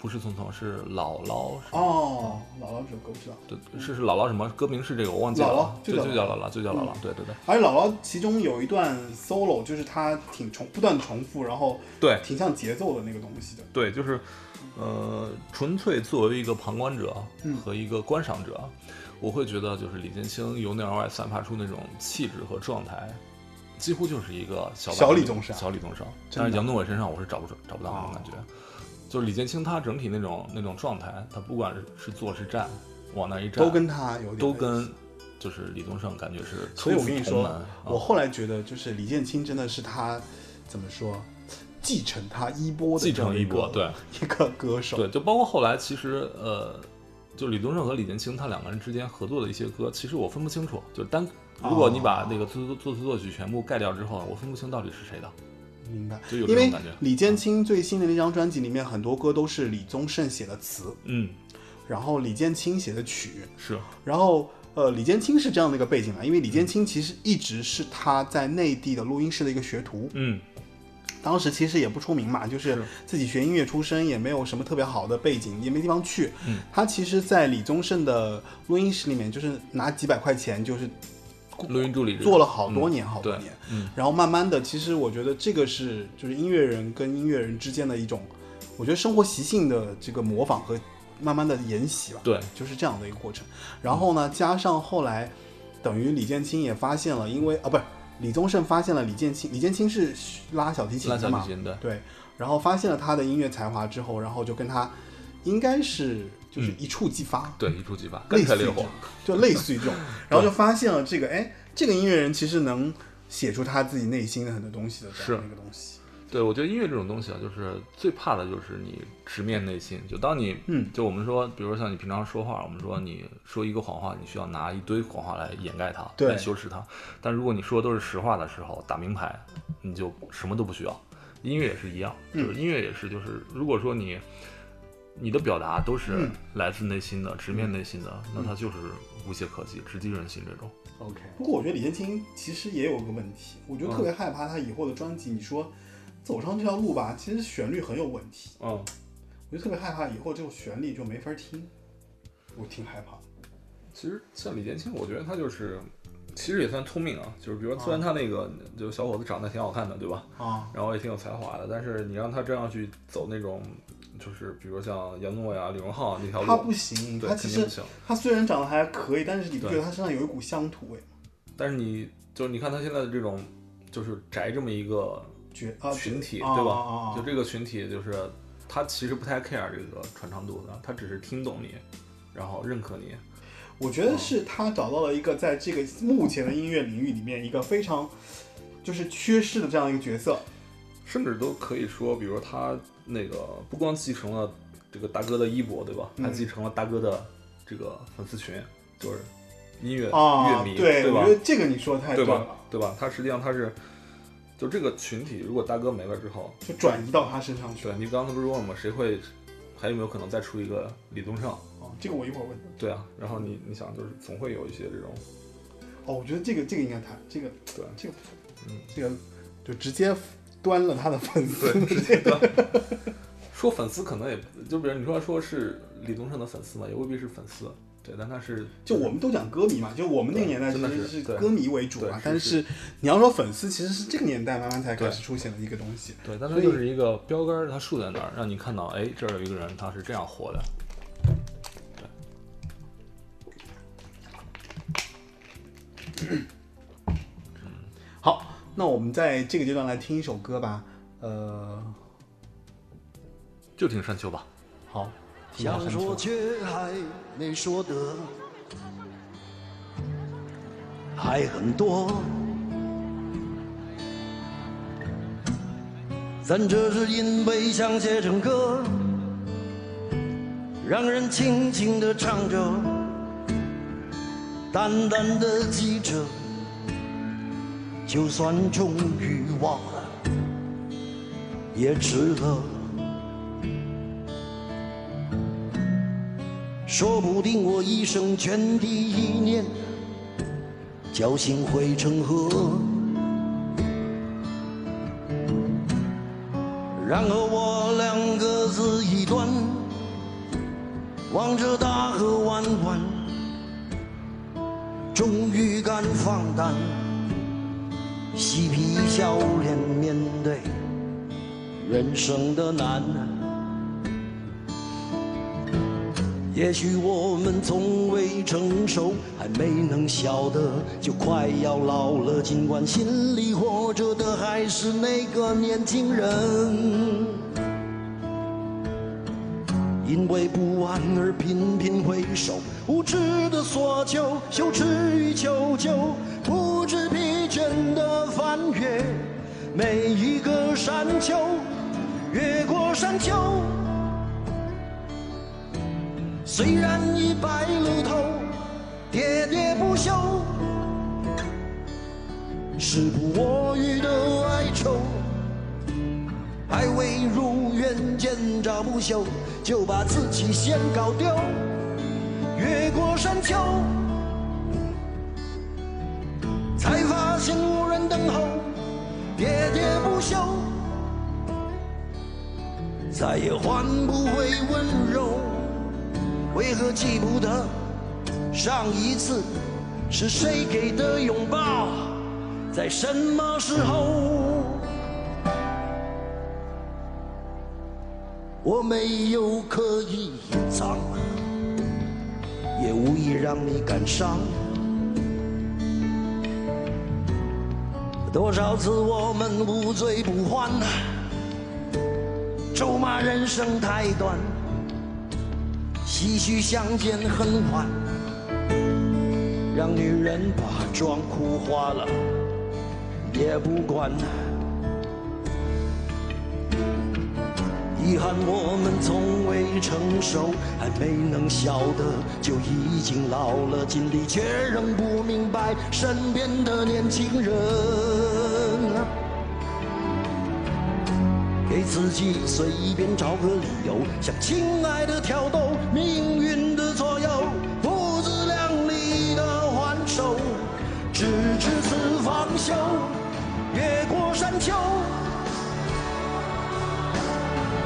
不是匆匆是姥姥是哦，姥姥这首歌我知道。对是是姥姥什么歌名是这个我忘记姥了姥，嗯对就叫就叫姥姥就叫姥姥，对对对而且姥姥其中有一段 solo，就是她挺重不断重复，然后对，挺像节奏的那个东西的。对，就是，呃，纯粹作为一个旁观者嗯和一个观赏者，我会觉得就是李建清由内而外散发出那种气质和状态，几乎就是一个小小白李宗盛小李宗盛。真但的是杨宗纬身上我是找不着找不到那哦种感觉，就是李建清他整体那种那种状态，他不管是坐是站，往那一站都跟他有点都类似跟啊就是李宗盛感觉是出所以我自跟你同说门，我啊后来觉得就是李建清真的是他怎么说，继承他衣钵的继这样承的衣个钵，对。一个歌手，对，就包括后来其实呃，就李宗盛和李建清他两个人之间合作的一些歌，其实我分不清楚。就单如果你把哦那个作词作词作曲全部盖掉之后，我分不清到底是谁的。明白？就有这因种为感觉李建清最新的那张专辑里面很多歌都是李宗盛写的词，嗯，然后李建清写的曲，是然后呃，李建清是这样的一个背景啊，因为李建清其实一直是他在内地的录音室的一个学徒，嗯，当时其实也不出名嘛，就是是自己学音乐出身，也没有什么特别好的背景，也没地方去。嗯他其实，在李宗盛的录音室里面，就是拿几百块钱，就是录音助理做了好多年，嗯好多年。对嗯然后慢慢的，其实我觉得这个是就是音乐人跟音乐人之间的一种，我觉得生活习性的这个模仿和慢慢的沿袭吧。对就是这样的一个过程。然后呢，加上后来，等于李建清也发现了，因为啊，不是李宗盛发现了李建清，李建清是拉小提琴拉的小嘛提，琴的，对，然后发现了他的音乐才华之后，然后就跟他应该是就是嗯一触即发，对一触即发，类干似柴于烈这火种，，就类似于 这种，然后就发现了这个，哎，这个音乐人其实能写出他自己内心的很多东西的这样是的一个东西。对，我觉得音乐这种东西啊，就是最怕的就是你直面内心。就当你，嗯就我们说，比如像你平常说话，我们说你说一个谎话，你需要拿一堆谎话来掩盖它，对来羞耻它。但如果你说的都是实话的时候，打明牌，你就什么都不需要。音乐也是一样，嗯就是音乐也是，就是如果说你你的表达都是嗯来自内心的、直面内心的，那它就是无懈可击、直击人心这种。 OK，不过我觉得李建清其实也有个问题，我就嗯特别害怕他以后的专辑，你说走上这条路吧，其实旋律很有问题，嗯，我就特别害怕以后这个旋律就没法听，我挺害怕的。其实像李建清，我觉得他就是其实也算聪明啊，就是比如说虽然他那个就小伙子长得挺好看的，对吧？啊，然后也挺有才华的，但是你让他这样去走那种，就是比如像杨诺呀、李荣浩那条他不路，行，嗯对他其肯定实不行他虽然长得还可以，但是你不觉对得他身上有一股乡土味吗？但是你就是你看他现在的这种，就是宅这么一个觉啊群体，啊对吧？啊啊啊就这个群体，就是他其实不太 care 这个传唱度的，他只是听懂你，然后认可你。我觉嗯得是他找到了一个在这个目前的音乐领域里面一个非常就是缺失的这样一个角色。甚至都可以说，比如他那个不光继承了这个大哥的衣钵，对吧？嗯还继承了大哥的这个粉丝群，就是音乐、啊，呃乐迷，对，吧我觉？得这个你说的太对吧了，？对吧？他实际上他是，就这个群体，如果大哥没了之后，就转移到他身上去对了。你刚才不是问我吗？谁会还有没有可能再出一个李宗盛？啊，这个我一会儿问。对啊，然后你你想，就是总会有一些这种哦，我觉得这个这个应该谈，这个对这个不错，嗯，这个就直接端了他的粉丝。对，直接的。说粉丝可能也就比如你说说是李宗盛的粉丝嘛，也未必是粉丝，对，但他是就我们都讲歌迷嘛，就我们那个年代其对真的实是对歌迷为主嘛对，但是是你要说粉丝，其实是这个年代慢慢才开对始出现的一个东西。对，但它所以就是一个标杆儿，它竖在那儿，让你看到，哎，这儿有一个人，他是这样活的。好，那我们在这个阶段来听一首歌吧。呃，就听山丘吧，好，听一下想山说丘。却还没说的，还很多。咱这是因为想写成歌，让人轻轻地唱着，淡淡的记着，就算终于忘了，也值了。说不定我一生涓滴一念，侥幸汇成河。然后我俩各自一端，望着大河弯弯，终于敢放胆，嬉皮笑脸面对人生的难。也许我们从未成熟，还没能晓得，就快要老了。尽管心里活着的还是那个年轻人，因为不安而频频回首，无知的索求，羞耻与求救，不知疲倦地翻越每一个山丘，越过山丘。虽然已白了头，喋喋不休，时不我予的哀愁，还未如愿见着不朽，就把自己先搞丢，越过山丘，才发现无人等候，喋喋不休，再也换不回温柔。为何记不得上一次是谁给的拥抱，在什么时候？我没有刻意隐藏，也无意让你感伤。多少次我们无醉不欢，咒骂人生太短。唏嘘相见恨晚，让女人把妆哭花了也不管。遗憾我们从未成熟，还没能晓得就已经老了，尽力却仍不明白身边的年轻人。给自己随便找个理由，向亲爱的挑逗，命运的左右，不自量力的还手，直至此方休，越过山丘。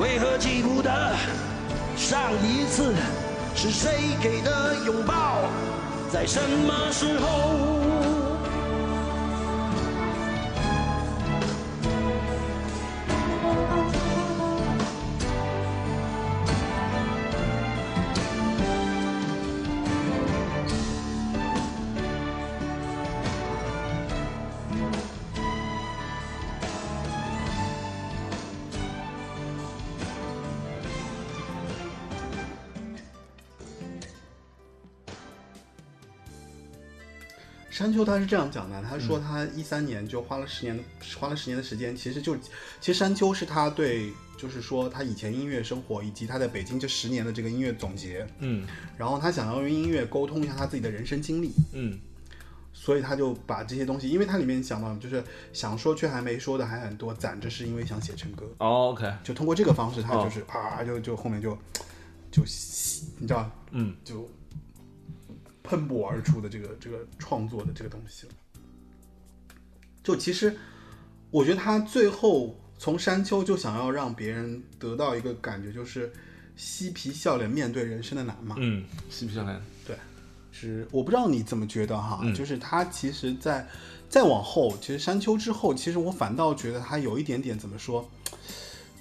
为何记不得上一次是谁给的拥抱，在什么时候？山丘他是这样讲的，他说他一三年就花了十年的、花了十年的时间，其实就其实山丘是他对就是说他以前音乐生活以及他在北京这十年的这个音乐总结，嗯然后他想要用音乐沟通一下他自己的人生经历，嗯所以他就把这些东西，因为他里面想到就是想说却还没说的还很多，攒着是因为想写成歌，哦，OK，就通过这个方式，他哦就是啪、就就后面就就你知道嗯，就喷薄而出的这个这个创作的这个东西了。就其实，我觉得他最后从山丘就想要让别人得到一个感觉，就是嬉皮笑脸面对人生的难嘛。嗯，嬉皮笑脸，对，是我不知道你怎么觉得哈，嗯就是他其实在，再往后，其实山丘之后，其实我反倒觉得他有一点点怎么说，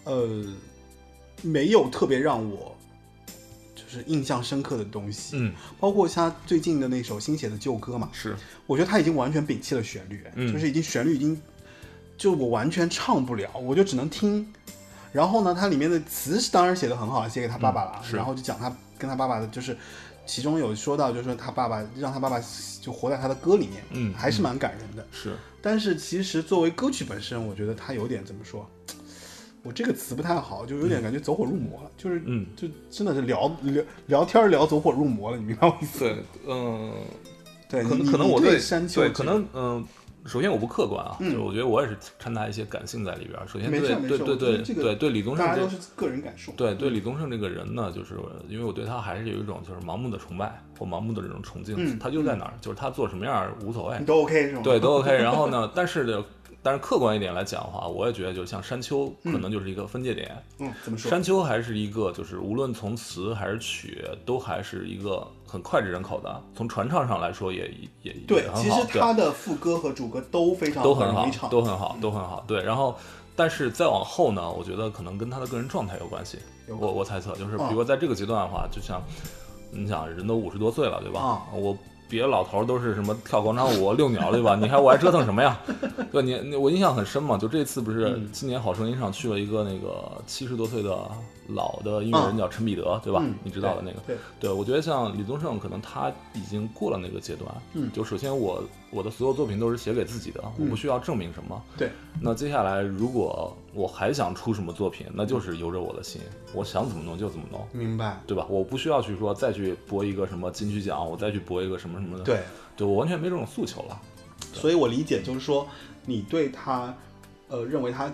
呃，没有特别让我就是印象深刻的东西，嗯，包括他最近的那首新写的旧歌嘛，是，我觉得他已经完全摒弃了旋律，嗯就是已经旋律已经，就我完全唱不了，我就只能听。然后呢，它里面的词是当然写的很好，写给他爸爸了，嗯是然后就讲他跟他爸爸的，就是其中有说到，就是说他爸爸让他爸爸就活在他的歌里面，嗯还是蛮感人的。是，但是其实作为歌曲本身，我觉得它有点怎么说，我这个词不太好，就有点感觉走火入魔了，就是嗯就真的是聊聊聊天儿聊走火入魔了，你明白我意思？对，嗯，对，可你能可能你我对山丘对这可个能嗯。首先，我不客观啊，嗯就是我觉得我也是掺杂一些感性在里边儿。首先没对，事没对事对我觉得对这个对对，李宗盛大家这都是嗯个人感受。对对，李宗盛这个人呢，就是因为我对他还是有一种就是盲目的崇拜或盲目的这种崇敬，嗯他就在哪儿，就是他做什么样儿无所谓你，都 OK 是吗？ 对，都 OK。然后呢，但是呢，但是客观一点来讲的话，我也觉得就是像山丘可能就是一个分界点，嗯，怎么说？山丘还是一个就是无论从词还是曲都还是一个很脍炙人口的，从传唱上来说也也对也，其很好实，他的副歌和主歌都非常都很容好易，唱都很好，都很好。对，然后但是再往后呢，我觉得可能跟他的个人状态有关系。有我我猜测就是，啊比如说在这个阶段的话，就像你想，人都五十多岁了，对吧？啊我。别的老头儿都是什么跳广场舞、啊遛鸟，对吧？你还我还折腾什么 呀？对你，你我印象很深嘛。就这次不是嗯今年好声音上去了一个那个七十多岁的老的音乐人啊叫陈彼得，对吧？嗯你知道的那个。对，对，我觉得像李宗盛，可能他已经过了那个阶段。嗯就首先我我的所有作品都是写给自己的，我不嗯需要证明什么。对，那接下来如果我还想出什么作品，那就是由着我的心，我想怎么弄就怎么弄，明白。对吧？我不需要去说再去博一个什么金曲奖，我再去博一个什么什么的。，对，对我完全没这种诉求了。所以我理解就是说，你对他，呃，认为他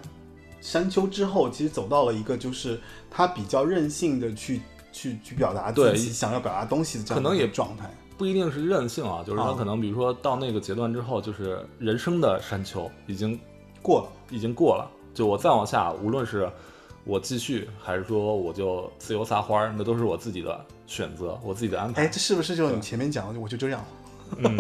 山丘之后，其实走到了一个就是他比较任性的去去去表达自对己想要表达东西的这可样能的一个也状态。不一定是任性啊，就是啊他可能比如说到那个阶段之后，就是人生的山丘已经过了，已经过了，就我再往下，无论是我继续还是说我就自由撒欢儿，那都是我自己的选择，我自己的安哎，排这。是不是就是你前面讲的？我就这样。嗯，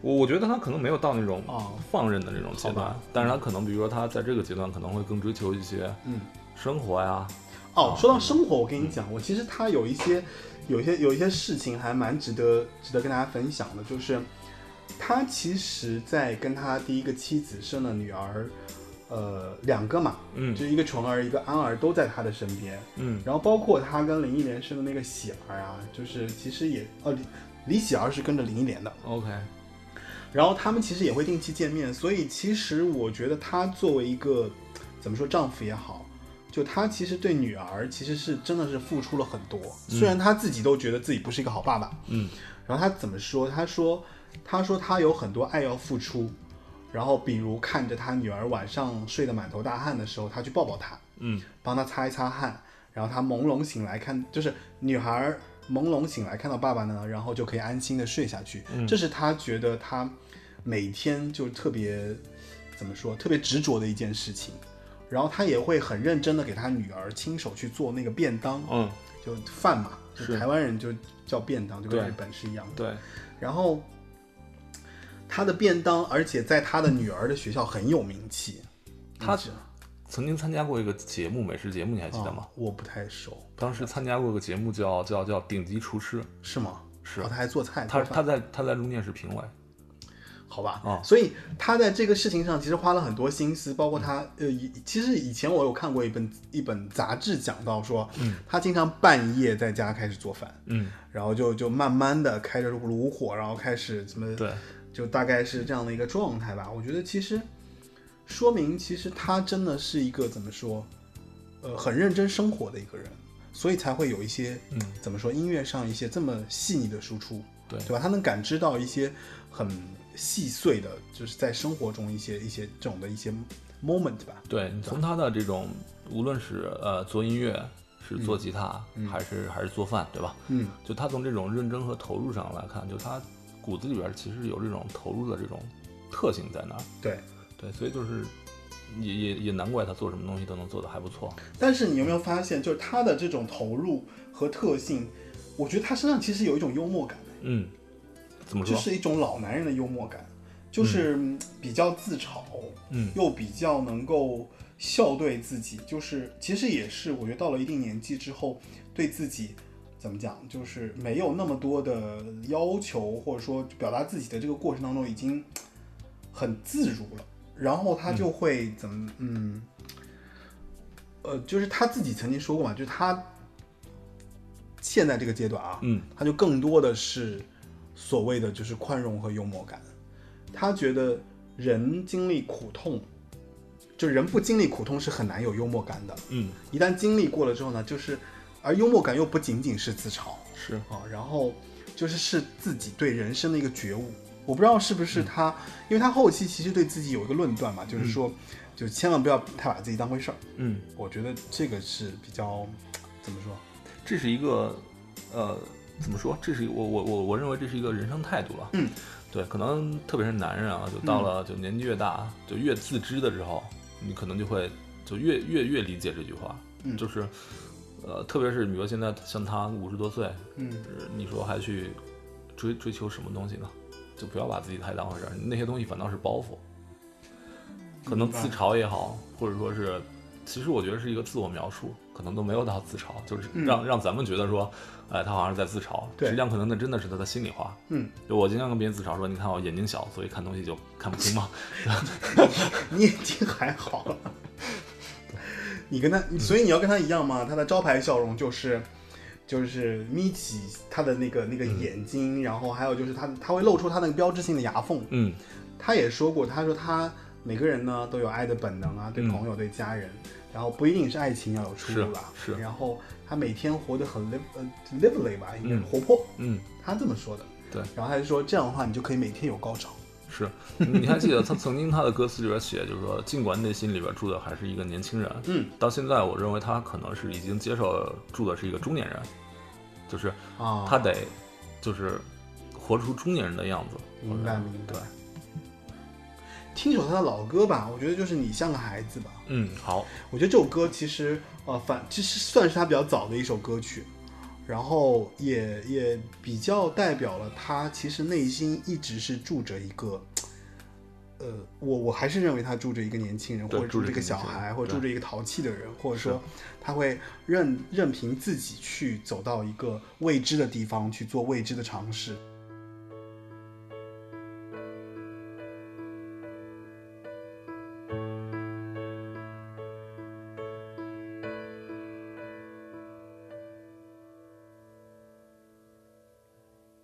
我我觉得他可能没有到那种哦放任的那种阶段，好吧但是他可能比如说他在这个阶段可能会更追求一些嗯生活呀，啊哦，说到生嗯活，我跟你讲，我其实他有一些、有一些、有一些事情还蛮值得、值得跟大家分享的，就是他其实，在跟他第一个妻子生了女儿，呃，两个嘛，嗯就一个纯儿，一个安儿，都在他的身边。嗯然后包括他跟林忆莲生的那个喜儿啊，就是其实也哦，李李喜儿是跟着林忆莲的， ，OK，然后他们其实也会定期见面，所以其实我觉得他作为一个怎么说丈夫也好，就他其实对女儿其实是真的是付出了很多，虽然他自己都觉得自己不是一个好爸爸。嗯然后他怎么说？他说他说他有很多爱要付出，然后比如看着他女儿晚上睡得满头大汗的时候，他去抱抱她，嗯，帮她擦一擦汗，然后她朦胧醒来看，就是女孩儿朦胧醒来看到爸爸呢，然后就可以安心的睡下去。嗯这是他觉得他每天就特别怎么说，特别执着的一件事情。然后他也会很认真的给他女儿亲手去做那个便当，嗯，就饭嘛，就是台湾人就叫便当，就跟对日本是一样的。对，然后他的便当，而且在他的女儿的学校很有名气。他你知道曾经参加过一个节目，美食节目，你还记得吗？哦我不太熟，当时参加过一个节目叫叫叫《顶级厨师》，是吗？是哦他还做菜，他做饭他在他在中电是评委，好吧，哦所以他在这个事情上其实花了很多心思，包括他、嗯呃，以其实以前我有看过一本一本杂志讲到说，他经常半夜在家开始做饭，嗯，然后就就慢慢的开着炉火，然后开始怎么对，就大概是这样的一个状态吧。我觉得其实说明，其实他真的是一个怎么说，呃，很认真生活的一个人，所以才会有一些嗯怎么说音乐上一些这么细腻的输出，对对吧？他能感知到一些很细碎的，就是在生活中一些一些这种的一些 moment 吧。对，你从他的这种，无论是呃做音乐，是做吉他，嗯还是还是做饭，对吧？嗯，就他从这种认真和投入上来看，就他骨子里边其实有这种投入的这种特性在那儿。对。对，所以就是也也也难怪他做什么东西都能做得还不错。但是你有没有发现，就是他的这种投入和特性，我觉得他身上其实有一种幽默感。嗯，怎么说？就是一种老男人的幽默感，就是嗯比较自嘲，嗯又比较能够笑对自己，就是其实也是我觉得到了一定年纪之后，对自己怎么讲，就是没有那么多的要求，或者说表达自己的这个过程当中已经很自如了，然后他就会怎么嗯。呃，就是他自己曾经说过嘛，就是他现在这个阶段啊，嗯他就更多的是所谓的就是宽容和幽默感。他觉得人经历苦痛，就人不经历苦痛是很难有幽默感的。嗯，一旦经历过了之后呢，就是而幽默感又不仅仅是自嘲是啊，然后就是是自己对人生的一个觉悟。我不知道是不嗯是他，因为他后期其实对自己有一个论断嘛，就是说，就千万不要太把自己当回事儿。嗯，我觉得这个是比较怎么说？这是一个呃怎么说？这是一我我我我认为这是一个人生态度吧。嗯，对，可能特别是男人啊，就到了就年纪越大，就越自知的时候，你可能就会就越越越理解这句话，嗯就是。呃，特别是比如现在像他五十多岁，嗯呃你说还去追追求什么东西呢？就不要把自己太当回事儿，那些东西反倒是包袱。可能自嘲也好，或者说是，其实我觉得是一个自我描述，可能都没有到自嘲，就是让、让咱们觉得说，哎，他好像是在自嘲，嗯对实际上可能那真的是他的心里话。嗯，就我经常跟别人自嘲说，你看我眼睛小，所以看东西就看不清嘛。 你已经还好了。你跟他，所以你要跟他一样吗？他的招牌笑容就是，就是眯起他的那个那个眼睛，然后还有就是他他会露出他那个标志性的牙缝。嗯，他也说过，他说他每个人呢都有爱的本能啊，对嗯朋友、对家人，然后不一定是爱情要有出路啦。是是然后他每天活得很 live 呃 lively 吧，应该是嗯活泼，嗯，他这么说的。对然后他就说这样的话，你就可以每天有高潮。是，你还记得他曾经他的歌词里边写，就是说，尽管内心里边住的还是一个年轻人，嗯，到现在我认为他可能是已经接受住的是一个中年人，就是啊，他得就是活出中年人的样子。明白明白对，听首他的老歌吧，我觉得就是你像个孩子吧。嗯，好，我觉得这首歌其实呃反其实算是他比较早的一首歌曲，然后也也比较代表了他其实内心一直是住着一个。呃，我我还是认为他住着一个年轻人，或对者住住着着一一个个小年轻人孩，或者住对着一个淘气的人，或者说他会任任凭自己去走到一个未知的地方去做未知的尝试。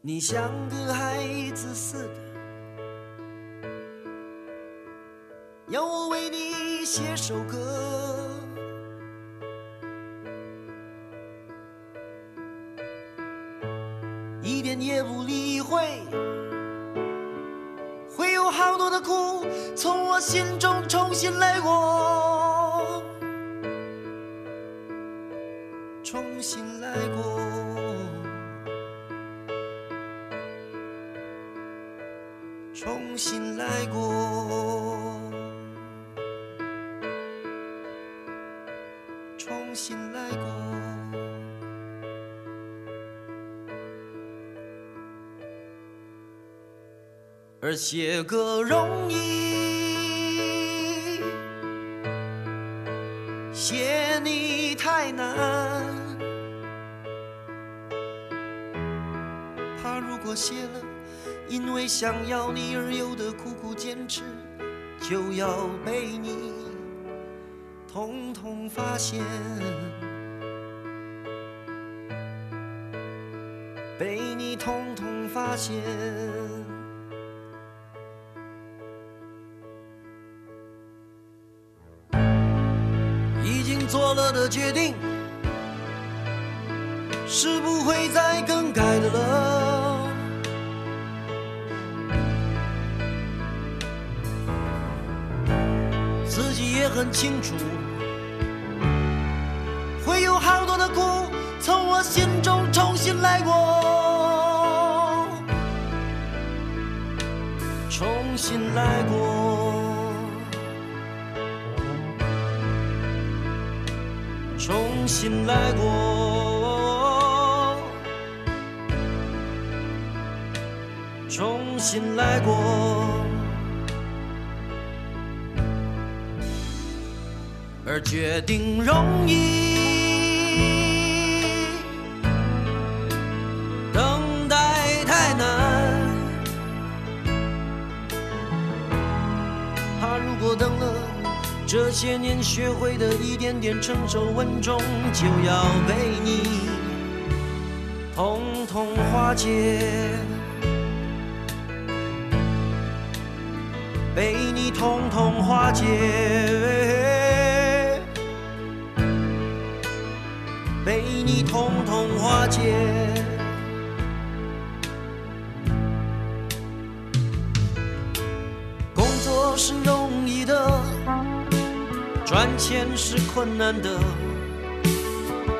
你像个孩子似的，要我为你写首歌。一点也不理会，会有好多的苦，从我心中重新来过，重新来过。重新来过，重新来过。而写歌容易，写你太难。怕如果写了，因为想要你而有的苦苦坚持，就要被你统统发现，被你统统发现。已经做了的决定，是不会再更改的了。自己也很清楚，会有好多的苦从我心中重新来过，重新来过。重新来过，重新来过。而决定容易，等待太难。怕如果等了，这些年学会的一点点成熟稳重，就要被你统统化解，被你统统化解，被你统统化解。工作是容易的，赚钱是困难的，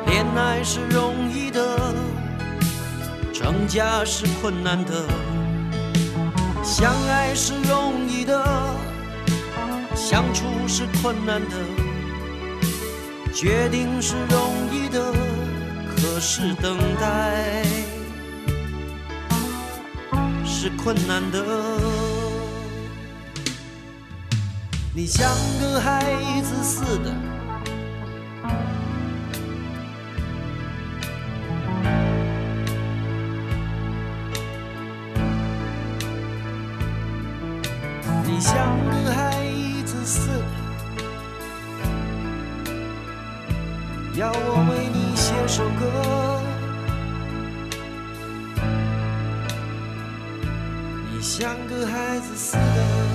恋爱是容易的，成家是困难的，相爱是容易的，相处是困难的，决定是容易的，可是等待是困难的。你像个孩子似的，你像个孩子似的，要我为你写首歌。你像个孩子似的。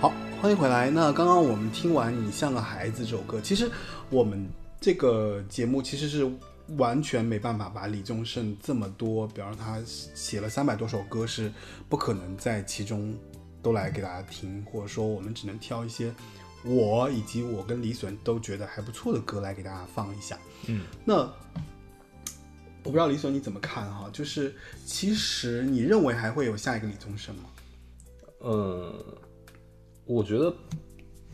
好，欢迎回来。那刚刚我们听完《你像个孩子》这首歌，其实我们这个节目其实是完全没办法把李宗盛这么多，比方说他写了三百多首歌，是不可能在其中都来给大家听，或者说我们只能挑一些我以及我跟李隼都觉得还不错的歌来给大家放一下。嗯，那我不知道李隼你怎么看哈？就是其实你认为还会有下一个李宗盛吗？嗯，我觉得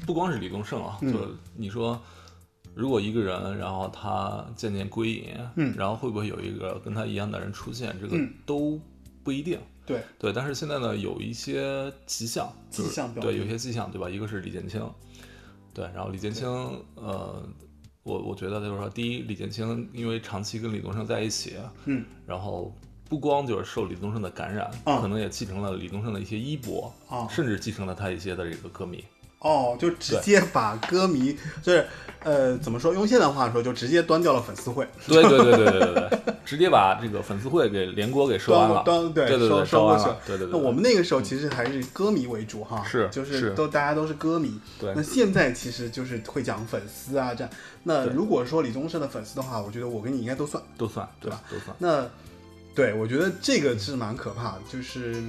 不光是李宗盛嗯啊，就你说，如果一个人，然后他渐渐归隐，嗯然后会不会有一个跟他一样的人出现，这个嗯都不一定。对，对，但是现在呢，有一些迹象，就是迹象表对，明有一些迹象，对吧？一个是李建清，对，然后李建清，呃，我我觉得就是说，第一，李建清因为长期跟李宗盛在一起，啊嗯，然后不光就是受李宗盛的感染，嗯可能也继承了李宗盛的一些衣钵，哦甚至继承了他一些的这个歌迷。哦，就直接把歌迷就是呃怎么说？用现在话说，就直接端掉了粉丝会，对对对对对对对，直接把这个粉丝会给连锅给收完端了，端对对对，收收收过完去了，对对对。那对我们那个时候其实还是歌迷为主哈，是就是是都大家都是歌迷。对那现在其实就是会讲粉丝啊这样。那对如果说李宗盛的粉丝的话，我觉得我跟你应该都算。都算，对吧？都算。那对我觉得这个是蛮可怕的，就是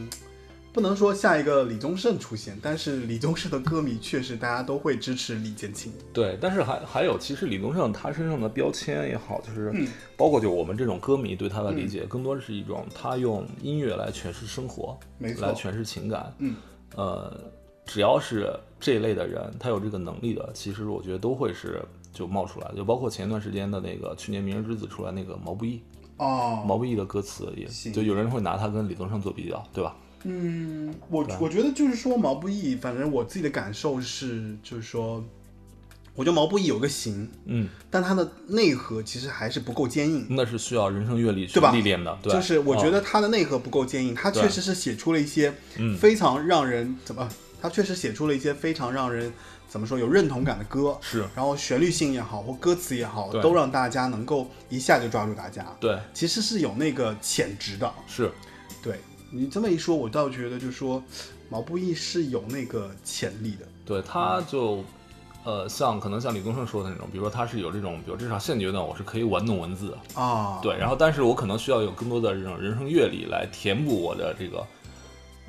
不能说下一个李宗盛出现，但是李宗盛的歌迷确实大家都会支持李建清。对，但是还还有，其实李宗盛他身上的标签也好，就是嗯包括就我们这种歌迷对他的理解，更多是一种他用音乐来诠释生活，没错来诠释情感。嗯，呃，只要是这一类的人，他有这个能力的，其实我觉得都会是就冒出来的，就包括前一段时间的那个去年《明日之子》出来那个毛不易，哦，毛不易的歌词也行就有人会拿他跟李宗盛做比较，对吧？嗯，我吧我觉得就是说毛不易，反正我自己的感受是，就是说，我觉得毛不易有个形，嗯，但它的内核其实还是不够坚硬，那是需要人生阅历去对吧历练的，对，就是我觉嗯得它的内核不够坚硬，它对确实是写出了一些嗯非常让人、怎么，它确实写出了一些非常让人怎么说有认同感的歌，是然后旋律性也好或歌词也好，对都让大家能够一下就抓住大家，对，其实是有那个潜质的，是对你这么一说，我倒觉得就是说，毛不易是有那个潜力的。对，他就，呃，像可能像李宗盛说的那种，比如说他是有这种，比如至少现阶段我是可以玩弄文字的，啊，对，然后但是我可能需要有更多的这种人生阅历来填补我的这个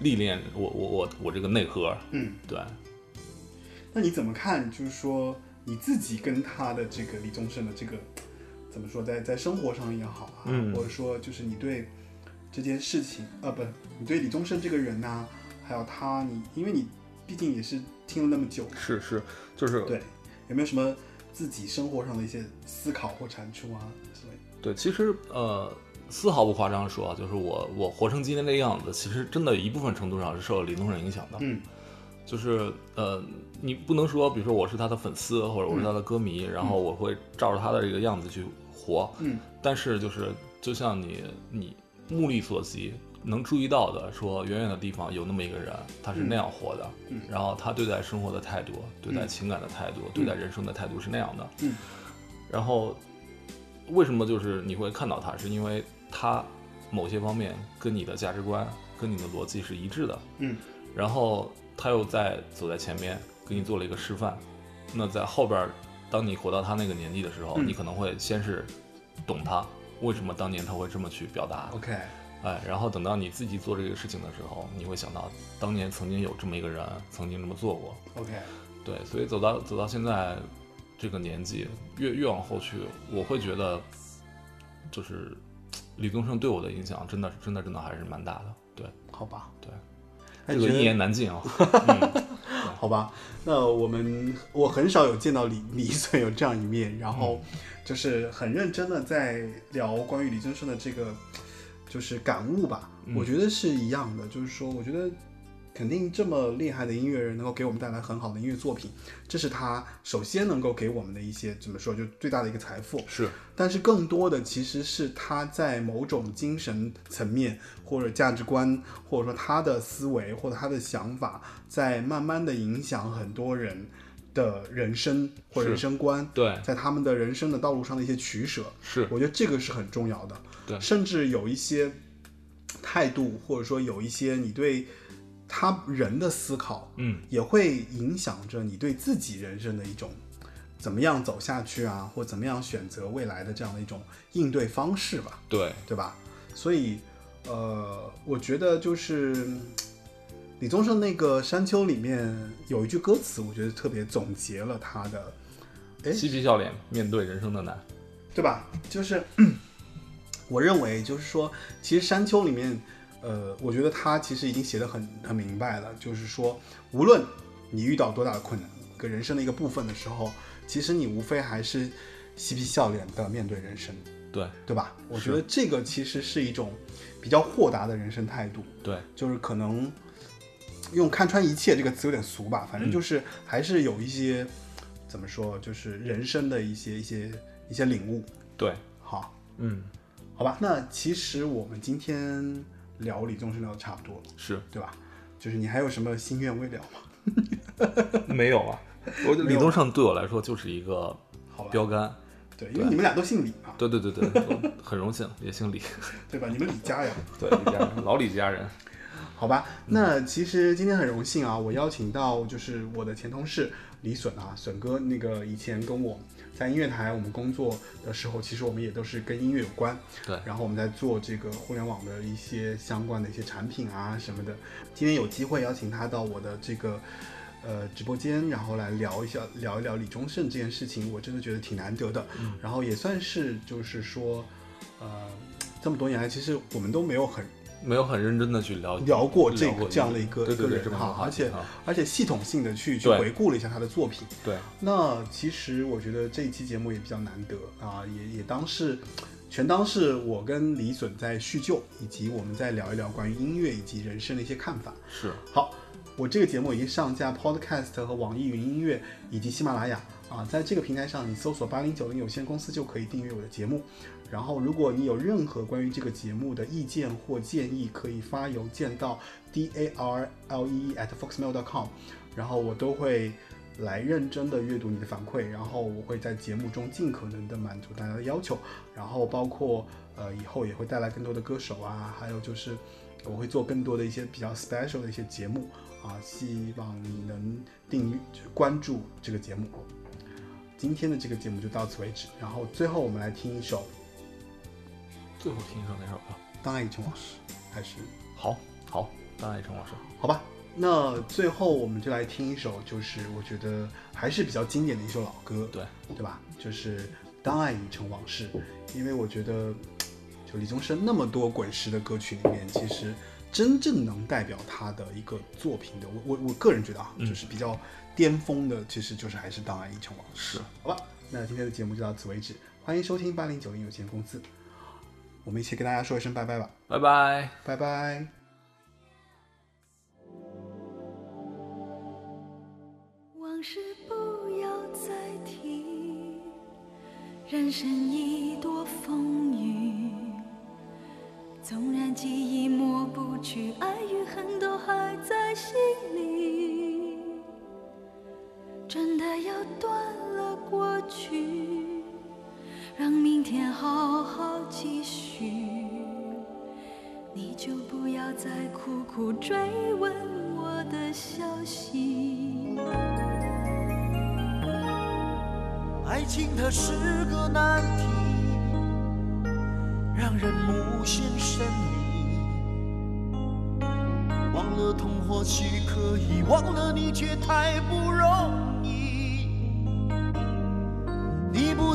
历练，我我我我这个内核，嗯，对，那你怎么看？就是说你自己跟他的这个李宗盛的这个怎么说，在在生活上也好啊，嗯或者说就是你对这件事情，啊，不，你对李宗盛这个人呐、还有他，你因为你毕竟也是听了那么久，是是，就是对，有没有什么自己生活上的一些思考或产出啊之类的？对，其实呃，丝毫不夸张地说啊，就是我我活成今天这个样子，其实真的一部分程度上是受李宗盛影响的。嗯，就是呃，你不能说，比如说我是他的粉丝，或者我是他的歌迷，然后我会照着他的这个样子去活。嗯，但是就是就像你你目力所及。能注意到的，说远远的地方有那么一个人，他是那样活的，嗯然后他对待生活的态度、对待嗯情感的态度、对待人生的态度是那样的，嗯，然后为什么就是你会看到它，是因为它某些方面跟你的价值观、跟你的逻辑是一致的，嗯，然后他又在走在前面，给你做了一个示范。那在后边儿，当你活到他那个年纪的时候，嗯你可能会先是懂他为什么当年他会这么去表达， OK，哎，然后等到你自己做这个事情的时候，你会想到当年曾经有这么一个人曾经这么做过， OK，对，所以走到走到现在这个年纪，越越往后去，我会觉得，就是李宗盛对我的影响，真的真的真的还是蛮大的。对好吧，对，那这个你觉得一言难尽啊、好吧，那我们我很少有见到李李易碎有这样一面，然后就是很认真的在聊关于李宗盛的这个就是感悟吧，嗯我觉得是一样的，就是说我觉得肯定这么厉害的音乐人能够给我们带来很好的音乐作品，这是他首先能够给我们的一些怎么说就最大的一个财富，是但 是更多的其实是他在某种精神层面，或者价值观，或者说他的思维或者他的想法，在慢慢的影响很多人的人生或是人生观，对在他们的人生的道路上的一些取舍，是，我觉得这个是很重要的。对甚至有一些态度，或者说有一些你对他人的思考，嗯，也会影响着你对自己人生的一种怎么样走下去啊，或怎么样选择未来的这样的一种应对方式吧，对对吧？所以，呃，我觉得就是嗯李宗盛那个《山丘》里面有一句歌词，我觉得特别总结了他的，哎，嬉皮笑脸面对人生的难。对吧？就是我认为，就是说，其实《山丘》里面，呃，我觉得他其实已经写的很很明白了，就是说，无论你遇到多大的困难，跟人生的一个部分的时候，其实你无非还是嬉皮笑脸的面对人生，对对吧？我觉是得这个其实是一种比较豁达的人生态度，对就是可能用“看穿一切”这个词有点俗吧，反正就是还是有一些、怎么说，就是人生的一些一些一些领悟。对，好，嗯，好吧，那其实我们今天聊李宗盛聊的差不多了， 是对吧？就是你还有什么心愿未了吗？没有啊。我没有李宗盛对我来说就是一个好吧，标杆。对，因为你们俩都姓李嘛，对对对对，我很荣幸也姓李。 对吧？你们李家呀。对，李家人，老李家人。好吧，那其实今天很荣幸啊，我邀请到就是我的前同事李笋啊，笋哥那个以前跟我在音乐台我们工作的时候，其实我们也都是跟音乐有关，对然后我们在做这个互联网的一些相关的一些产品啊什么的。今天有机会邀请他到我的这个呃直播间，然后来聊一下聊一聊李宗盛这件事情，我真的觉得挺难得的。然后也算是就是说，呃，这么多年来，其实我们都没有很没有很认真的去了解聊过这聊个这样的一个对一对个对，人这么哈，好，而且啊而且系统性的去去对回顾了一下他的作品。对那其实我觉得这一期节目也比较难得啊，也也当是全当是我跟李隼在叙旧，以及我们在聊一聊关于音乐以及人生的一些看法。是好，我这个节目已经上架 Podcast 和网易云音乐以及喜马拉雅啊，在这个平台上你搜索“八零九零有限公司”就可以订阅我的节目。然后，如果你有任何关于这个节目的意见或建议，可以发邮件到 d a r l e e at foxmail.com，然后我都会来认真的阅读你的反馈，然后我会在节目中尽可能的满足大家的要求，然后包括呃以后也会带来更多的歌手啊，还有就是我会做更多的一些比较 special 的一些节目啊，希望你能订阅就是关注这个节目。今天的这个节目就到此为止，然后最后我们来听一首最后听一首哪首歌？ 《当爱已成往事》，还是好好，当然也成老师。好吧？那最后我们就来听一首，就是我觉得还是比较经典的一首老歌，对对吧？就是《当爱已成往事》，因为我觉得，就李宗盛那么多滚石的歌曲里面，其实真正能代表他的一个作品的，我我我个人觉得啊，嗯就是比较巅峰的，其实就是还是《当爱已成往是》。事好吧，那今天的节目就到此为止，欢迎收听八零九零有限公司，我们一起跟大家说一声拜拜吧，拜拜。拜拜。往事不要再提，人生已多风雨。纵然记忆抹不去，爱与恨都还在心里。真的要断了过去，让明天好好继续。你就不要再苦苦追问我的消息。爱情它是个难题，让人目眩神迷。忘了痛或许可以，忘了你却太不容易。你不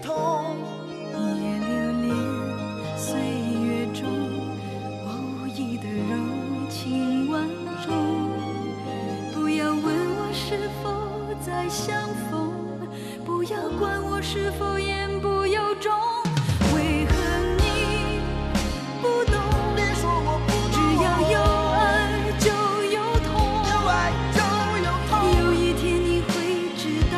痛。一夜流连岁月中，我无意的柔情万种。不要问我是否再相逢，不要管我是否言不由衷。为何你不懂？别说我不懂，只要有爱就有有痛，爱就有痛。有一天你会知道，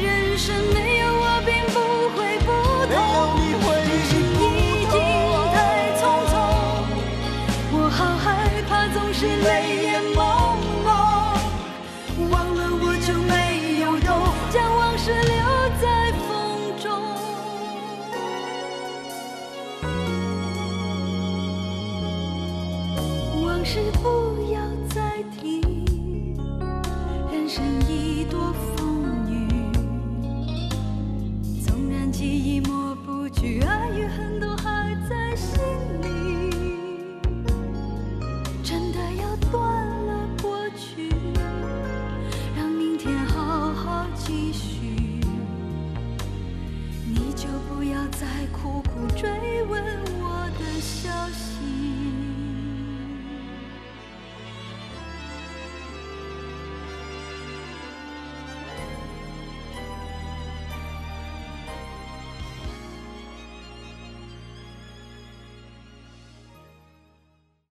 人生没有我并不会不没有同。你会是已不经同。太匆匆，我好害怕，总是泪眼朦胧。忘了我就没有用，将往事留在风中。往事不